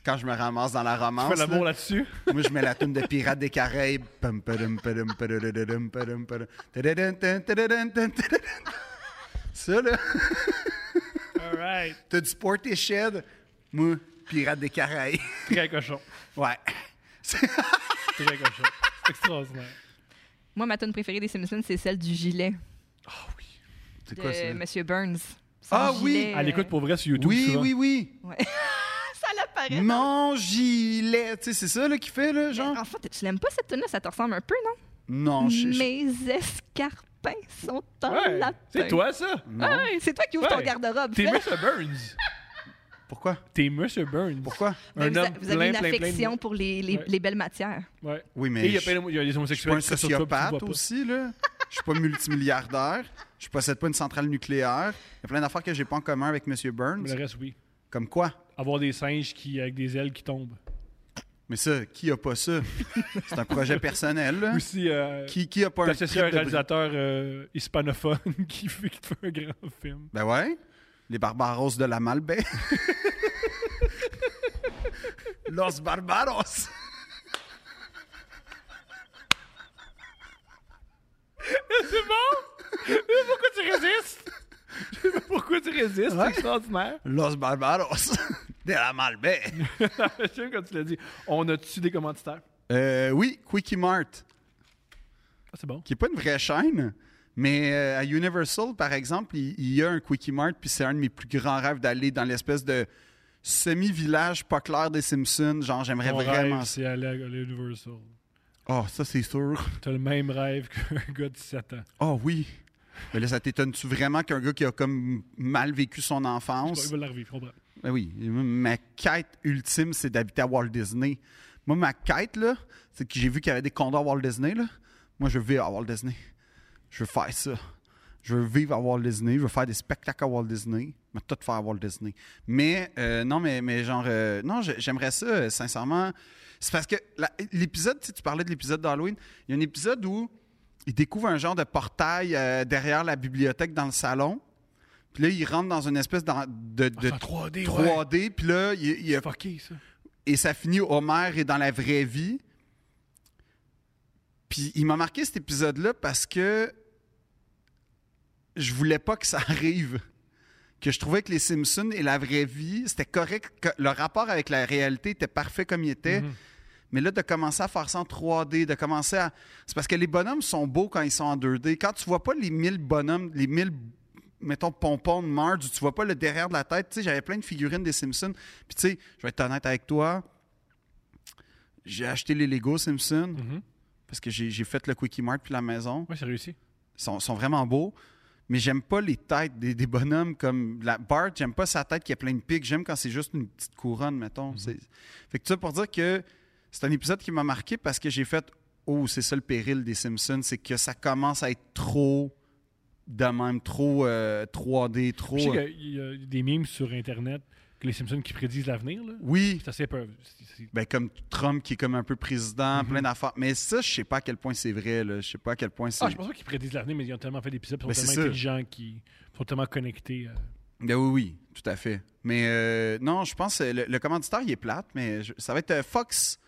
S1: Quand je me ramasse dans la
S2: Tu
S1: romance,
S2: fais l'amour
S1: là, <laughs>
S2: là-dessus?
S1: moi, je mets la tune de Pirate des Caraïbes. Pam, padum, padum, padadadadum, padum, padum. Tadadun, tun, tadadun, tun, tadadun. Ça, là.
S2: All right.
S1: T'as du Portishead. Moi, Pirate des Caraïbes. <laughs>
S2: Très cochon.
S1: Ouais.
S2: Très cochon. C'est extraordinaire.
S4: Moi, ma tourne préférée des Simpsons, c'est celle du gilet
S2: Ah oui.
S1: C'est
S4: de
S1: quoi, ça?
S4: Monsieur Burns. Son
S1: Ah oui!
S4: gilet,
S2: Elle
S4: euh,
S2: écoute pour vrai sur YouTube.
S1: Oui,
S2: souvent.
S1: oui, oui.
S4: <laughs> Ça l'apparaît.
S1: Mon gilet, tu sais, c'est ça là qu'il fait là, genre.
S4: En fait, tu l'aimes pas cette tune-là, ça te ressemble un peu, non?
S1: Non, je, je-
S4: Mes escarpins sont en
S2: Ouais.
S4: lapin.
S2: C'est toi, ça.
S1: non.
S4: Ah ouais, c'est toi qui ouvre ton
S2: Ouais.
S4: garde-robe.
S2: T'es
S4: <laughs> Fais-
S2: Monsieur Burns.
S1: Pourquoi
S2: T'es Monsieur Burns.
S1: Pourquoi
S4: Ben, vous, a- vous avez une
S2: de
S4: affection
S2: mots.
S4: pour les, les,
S2: Ouais.
S4: les belles matières.
S2: Ouais.
S1: Oui, mais
S2: Et il y a
S1: je-
S2: plein de mots- il y a des
S1: Je suis pas
S2: homosexuels
S1: un
S2: qui sortent sur toi, puis
S1: sociopathe
S2: tu le vois pas.
S1: aussi là. Je suis pas multimilliardaire. Je possède pas une centrale nucléaire. Il y a plein d'affaires que j'ai pas en commun avec Monsieur Burns.
S2: Mais Le reste, oui.
S1: Comme quoi
S2: Avoir des singes qui, avec des ailes qui tombent.
S1: Mais ça, qui a pas ça C'est un projet personnel. là.
S2: Aussi, euh,
S1: Hein? Qui qui a pas un
S2: t'associes
S1: trip
S2: à un
S1: de bri-
S2: réalisateur euh, hispanophone <laughs> qui fait, qui te fait un grand film.
S1: Ben ouais. Les Barbaros de la
S2: <laughs>
S1: Malbaie. Los Barbaros.
S2: C'est bon! pourquoi tu résistes? <laughs> pourquoi tu résistes? C'est
S1: <laughs>
S2: extraordinaire.
S1: Los Barbaros de la Malbaie.
S2: J'aime quand tu l'as dit. On a-tu des commanditaires?
S1: Euh, oui, Quickie Mart,
S2: Ah, c'est bon.
S1: qui n'est pas une vraie chaîne, mais euh, à Universal, par exemple, il, il y a un Quickie Mart, puis c'est un de mes plus grands rêves d'aller dans l'espèce de semi-village pas clair des Simpsons. Genre, j'aimerais
S2: Mon
S1: vraiment
S2: rêve,
S1: ça.
S2: c'est aller à l'Universal.
S1: Oh, ça, c'est sûr.
S2: <laughs> T'as le même rêve qu'un gars de 7 ans.
S1: Oh oui. Mais là, ça t'étonne-tu vraiment qu'un gars qui a comme mal vécu son
S2: Il
S1: enfance?
S2: va la revivre, je comprends.
S1: Ben oui, ma quête ultime, c'est d'habiter à Walt Disney. Moi, ma quête, là, c'est que j'ai vu qu'il y avait des condos à Walt Disney, là. Moi, je veux vivre à Walt Disney. Je veux faire ça. Je veux vivre à Walt Disney. Je veux faire des spectacles à Walt Disney. Je veux tout faire à Walt Disney. Mais, euh, non, mais, mais genre, euh, non, je- j'aimerais ça, euh, sincèrement. C'est parce que la- l'épisode, tu sais, tu parlais de l'épisode d'Halloween, il y a un épisode où il découvre un genre de portail euh, derrière la bibliothèque dans le salon. Puis là, il rentre dans une espèce d'en- de, de,
S2: C'est en 3D, ouais.
S1: 3D, puis là, il, il a-
S2: C'est fucké, ça.
S1: et ça finit Homer est dans la vraie vie. Puis il m'a marqué cet épisode-là parce que je voulais pas que ça <laughs> arrive. Que je trouvais que les Simpsons et la vraie vie, c'était correct, que le rapport avec la réalité était parfait comme il était.
S2: Mhm.
S1: Mais là, de commencer à faire ça en 3D, de commencer à. C'est parce que les bonhommes sont beaux quand ils sont en 2D. Quand tu vois pas les 1000 bonhommes, les 1000, mettons, pompons de Marge, tu vois pas le derrière de la tête, tu sais, j'avais plein de figurines des Simpsons. Puis, tu sais, je vais être honnête avec toi, j'ai acheté les Lego Simpsons
S2: Mhm.
S1: parce que j'ai j'ai fait le Quickie Mart puis la maison.
S2: Ouais, c'est réussi.
S1: Ils sont, sont vraiment beaux. Mais j'aime pas les têtes des, des bonhommes comme la Bart, j'aime pas sa tête qui a plein de pics, j'aime quand c'est juste une petite couronne, mettons.
S2: Mm-hmm.
S1: C'est- Fait que ça pour dire que c'est un épisode qui m'a marqué parce que j'ai fait Oh, c'est ça le péril des Simpsons, c'est que ça commence à être trop de même, trop euh, 3D, trop.
S2: Je sais
S1: euh,
S2: qu'il y a des mimes sur Internet que les Simpsons qui prédisent l'avenir, là.
S1: Oui.
S2: C'est assez peur. C'est- c'est-
S1: Ben, comme Trump qui est comme un peu
S2: Mm-hmm.
S1: président, plein d'affaires. Mais ça, je sais pas à quel point c'est vrai. Là. Je sais pas à quel point c'est.
S2: Ah, je pense pas qu'ils prédisent l'avenir, mais ils ont tellement fait d'épisodes, ils sont
S1: Ben, c'est
S2: tellement
S1: ça.
S2: intelligents, qui sont tellement connectés. euh.
S1: Ben oui, oui, tout à fait. Mais euh, non, je pense que le, le commanditaire, il est plate, mais je- ça va être euh, Fox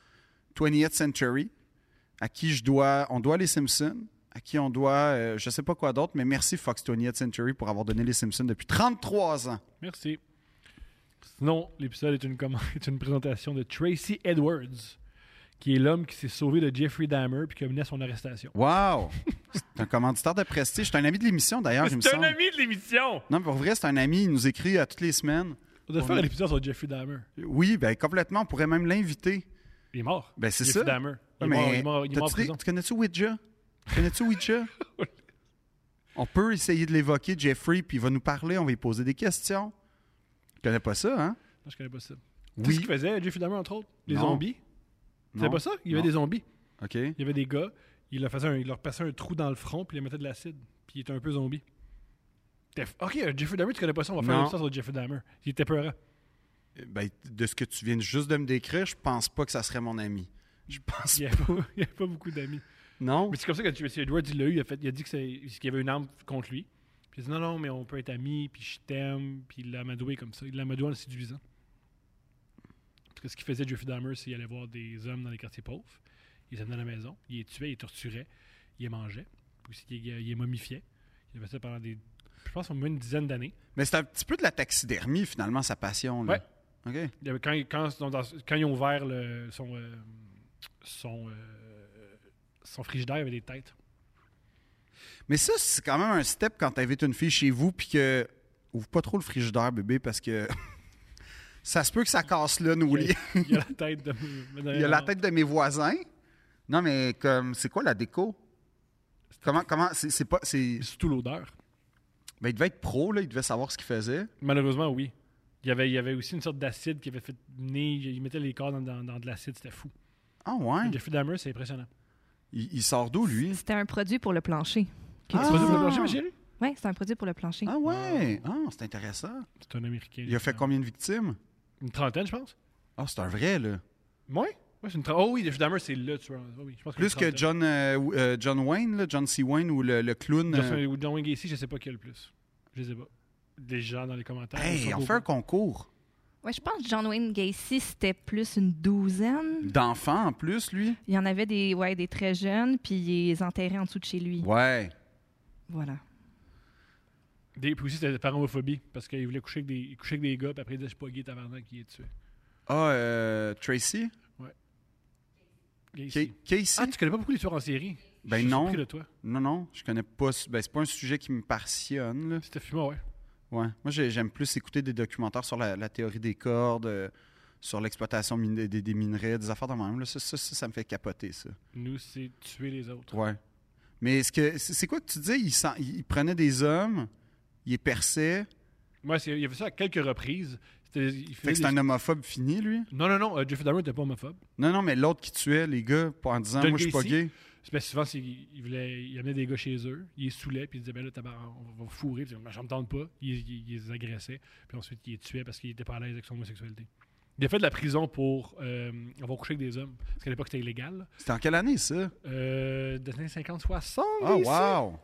S1: 20th Century, à qui je dois, on doit les Simpsons, à qui on doit, euh, je sais pas quoi d'autre, mais merci Fox 20th Century pour avoir donné les Simpsons depuis 33 ans.
S2: Merci. Sinon, l'épisode est une, commande- <laughs> est une présentation de Tracy Edwards, qui est l'homme qui s'est sauvé de Jeffrey Dahmer puis qui a mené à son arrestation.
S1: Wow! <laughs> C'est un commanditaire de prestige. C'est un ami de l'émission, d'ailleurs, il me
S2: C'est un
S1: semble.
S2: ami de l'émission!
S1: Non, mais pour vrai, c'est un ami. Il nous écrit à toutes les semaines.
S2: On devrait
S1: On
S2: faire
S1: a-
S2: un épisode sur Jeffrey Dahmer.
S1: Oui, ben complètement. On pourrait même l'inviter.
S2: Il est mort.
S1: Ben, c'est
S2: Jeffrey
S1: ça.
S2: Dahmer. Il est
S1: Mais
S2: mort, il est mort, il est mort en
S1: t'as-tu des-
S2: prison.
S1: Tu connais-tu Ouija? Tu connais-tu
S2: <laughs>
S1: Ouija? on peut essayer de l'évoquer, Jeffrey, puis il va nous parler, on va lui poser des questions. Tu connais pas ça, hein?
S2: Non, je connais pas ça. Tu sais ce
S1: Oui.
S2: qu'il faisait, Jeffrey Dahmer, entre autres? Les
S1: Non.
S2: zombies. Tu savais
S1: Non.
S2: pas ça? Il y avait
S1: Non.
S2: des zombies.
S1: OK.
S2: Il y avait des gars, il leur, faisait un- il leur passait un trou dans le front, puis il mettait de l'acide. Puis il était un peu zombie. T'es- Ok, euh, Jeffrey Dahmer, tu connais pas ça, on va faire
S1: Non.
S2: un épisode sur Jeffrey Dahmer. Il était peurant.
S1: Ben, de ce que tu viens juste de me décrire, je pense pas que ça serait mon ami. Je pense
S2: Il n'y avait, pas- <laughs> il avait pas beaucoup d'amis.
S1: Non?
S2: Mais c'est comme ça que Jeffrey Edwards, il l'a eu, il a, fait, il a dit que c'est- qu'il y avait une arme contre lui. Puis il a dit non, non, mais on peut être amis, puis je t'aime, puis il l'a amadoué comme ça. Il l'a amadoué en le séduisant. Parce que ce qu'il faisait, Jeffrey Dahmer, c'est qu'il allait voir des hommes dans les quartiers pauvres. Il les amenait à la maison, il les tuait, il les torturait, il les mangeait, puis aussi il, il les momifiait. Il avait fait ça pendant des. Je pense au moins une dizaine d'années.
S1: Mais c'est un petit peu de la taxidermie, finalement, sa passion. Là. OK.
S2: Il y avait- Quand, quand, dans- dans- quand ils ont ouvert le- son, euh, son, euh, son frigidaire, il y avait des têtes. <laughs>
S1: Mais ça, c'est quand même un step quand t'invites une fille chez vous, puis que. Ouvre pas trop le frigidaire, bébé, parce que. <laughs> ça se peut que ça casse là, nous, au lit.
S2: Il y a la tête de.
S1: Il y a la tête de mes voisins. Non, mais comme, c'est quoi la déco? Comment, comment, c'est c'est pas, c'est,
S2: Mais surtout l'odeur.
S1: ben, il devait être pro, là, il devait savoir ce qu'il faisait.
S2: Malheureusement, oui. Il y avait, il y avait aussi une sorte d'acide qui avait fait venir. Il mettait les corps dans, dans- dans de l'acide, c'était fou.
S1: Ah ouais?
S2: Jeffrey Dahmer, c'est impressionnant.
S1: Il, il sort d'où, lui?
S4: C'était un produit pour le plancher.
S1: Ah!
S2: C'est pas ça que vous avez mangé, ma chérie?
S4: Oui, c'est un produit pour le plancher.
S1: Ah ouais? Ah, c'est intéressant.
S2: C'est un Américain.
S1: Il a fait combien de victimes?
S2: Une trentaine, je pense.
S1: Ah, c'est un vrai, là.
S2: Moins? Ouais, c'est une tra- Oh oui, Jeffrey Dahmer, c'est le tueur. Oh oui, je pense
S1: Plus
S2: une
S1: que
S2: trentaine.
S1: John, euh, euh, John Wayne, là, John C. Wayne ou le, le clown. euh,
S2: John- Ou John Wayne Gacy, je sais pas qui a le plus. Je sais pas. Des gens dans les commentaires. ils
S1: Hey,
S2: sont
S1: on
S2: au-
S1: fait un concours.
S4: Ouais, je pense que John Wayne Gacy, c'était plus une douzaine.
S1: D'enfants, en plus, lui.
S4: Il y en avait des, ouais, des très jeunes, puis il les enterrait en dessous de chez lui.
S1: Ouais.
S4: Voilà.
S2: Des- Puis aussi, c'était par homophobie, parce qu'il voulait coucher avec des, il couchait avec des gars, puis après, il disait, je suis pas gay, tabarnak, qui est tué.
S1: Ah, euh, Tracy?
S2: Gacy.
S1: Ca- Casey?
S2: Ah, tu connais pas beaucoup les tueurs en série?
S1: Ben
S2: Je suis
S1: non.
S2: surpris de toi.
S1: Non, non, je connais pas. ce- Ben, c'est pas un sujet qui me passionne, là.
S2: C'était fumant, ouais.
S1: Ouais. Moi, j'ai- j'aime plus écouter des documentaires sur la, la théorie des cordes, euh, sur l'exploitation min- des, des minerais, des affaires de même. là. Ça, ça, ça, ça me fait capoter, ça.
S2: Nous, c'est tuer les autres.
S1: Ouais. Mais ce que c'est c'est quoi que tu dis? Il, s'en- il prenait des hommes, il les perçait.
S2: Moi, c'est- il a fait ça à quelques reprises. C'était- il
S1: Fait
S2: faisait
S1: que c'est un
S2: des-
S1: homophobe fini, lui.
S2: Non, non, non, euh, Jeffrey Dahmer n'était pas homophobe.
S1: Non, non, mais l'autre qui tuait les gars pour- en disant
S2: John
S1: Moi, je suis pas
S2: Gacy.
S1: gay.
S2: C'est parce que souvent, c'est- il, voulait, il amenait des gars chez eux, il les saoulait, puis il disait Ben là, tabarnak, on va- on va fourrer, puis ben, je me tente pas. Il, il- il les agressait, puis ensuite, il les tuait parce qu'il était pas à l'aise avec son homosexualité. Il a fait de la prison pour euh, avoir couché avec des hommes, parce qu'à l'époque, c'était illégal.
S1: C'était en quelle année, ça?
S2: Euh, des années 50-60.
S1: Ah,
S2: ici.
S1: wow!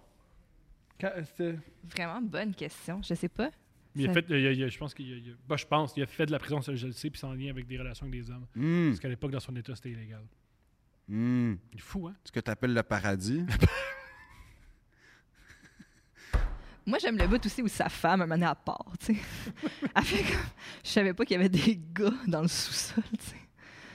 S2: Quand- c'était-
S4: Vraiment bonne question. Je sais pas.
S2: Mais il a
S4: Ça-
S2: fait, il a- il a- je pense qu'il a, il a- bah, je pense, il a fait de la prison, ça, je le sais, puis c'est en lien avec des relations avec des hommes.
S1: Hum,
S2: Parce qu'à l'époque, dans son état, c'était illégal.
S1: hum.
S2: Il est fou, hein?
S1: Ce que tu appelles le paradis.
S4: Moi, j'aime le bout aussi où sa femme, elle m'en est à part, tu sais. <laughs> Elle fait comme... Je savais pas qu'il y avait des gars dans le sous-sol, tu sais.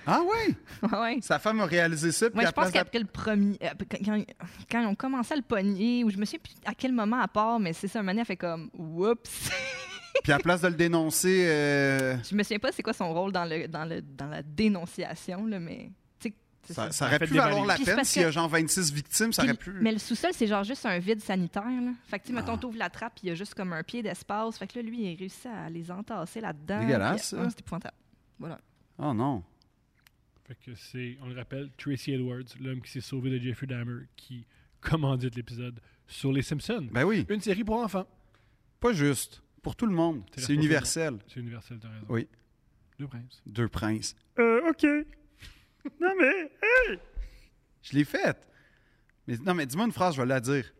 S1: ah, ouais!
S4: Ouais, ouais.
S1: Sa femme a réalisé ça, puis
S4: Moi,
S1: à
S4: je pense
S1: place de-
S4: qu'après le premier. euh, Quand, quand- quand on commençait à le pogner, ou je me souviens plus à quel moment à part, mais c'est ça, un moment, donné, elle fait comme Oups! <laughs>
S1: puis à place de le dénoncer. euh,
S4: je me souviens pas c'est quoi son rôle dans, le, dans, le, dans la dénonciation, là, mais. tu sais, c'est
S1: Ça,
S4: ça.
S1: ça aurait
S2: fait
S1: pu
S2: des
S1: valoir la
S4: valises. Puis c'est
S1: peine
S4: parce
S1: s'il y a
S4: que-
S1: genre 26 victimes, ça
S4: Puis
S1: aurait
S4: le-
S1: pu. Ah.
S4: Mais le sous-sol, c'est genre juste un vide sanitaire. Là. Fait que, tu sais, mettons, t'ouvres la trappe, puis il y a juste comme un pied d'espace. Fait que là, lui, il réussit à les entasser là-dedans.
S1: Dégueulasse,
S4: Puis, euh,
S1: ça.
S4: ouais, c'est épouvantable. Voilà.
S1: Oh non.
S2: Fait que c'est, on le rappelle, Tracy Edwards, l'homme qui s'est sauvé de Jeffrey Dahmer, qui commandite l'épisode sur les Simpsons.
S1: Ben oui,
S2: Une série pour enfants.
S1: pas juste. Pour tout le monde.
S2: C'est
S1: C'est
S2: responsable.
S1: universel.
S2: C'est universel, t'as raison.
S1: Oui.
S2: Deux princes.
S1: Deux princes.
S5: Euh, OK. non, mais.
S1: Je l'ai faite. Mais non, mais dis-moi une phrase, je vais la dire.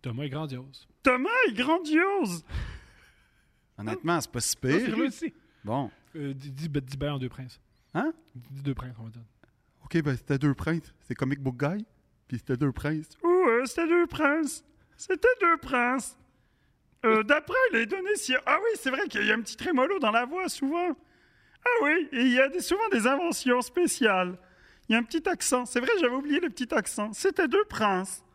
S2: Thomas est grandiose.
S5: Thomas est grandiose.
S1: Honnêtement, c'est pas si
S2: Ça, Ah, c'est
S1: pire.
S2: lui aussi.
S1: Bon.
S2: Euh, dis, dis, dis ben en deux princes.
S1: Hein?
S2: Dis deux princes, on va dire.
S1: OK, ben c'était deux princes. C'est Comic Book Guy, puis c'était deux princes.
S5: Ouh, euh, c'était deux princes. C'était deux princes. Euh, D'après les données, si... ah oui, c'est vrai qu'il y a un petit trémolo dans la voix souvent. Ah oui, et il y a des- souvent des inventions spéciales. Il y a un petit accent. C'est vrai, j'avais oublié le petit accent. C'était deux princes.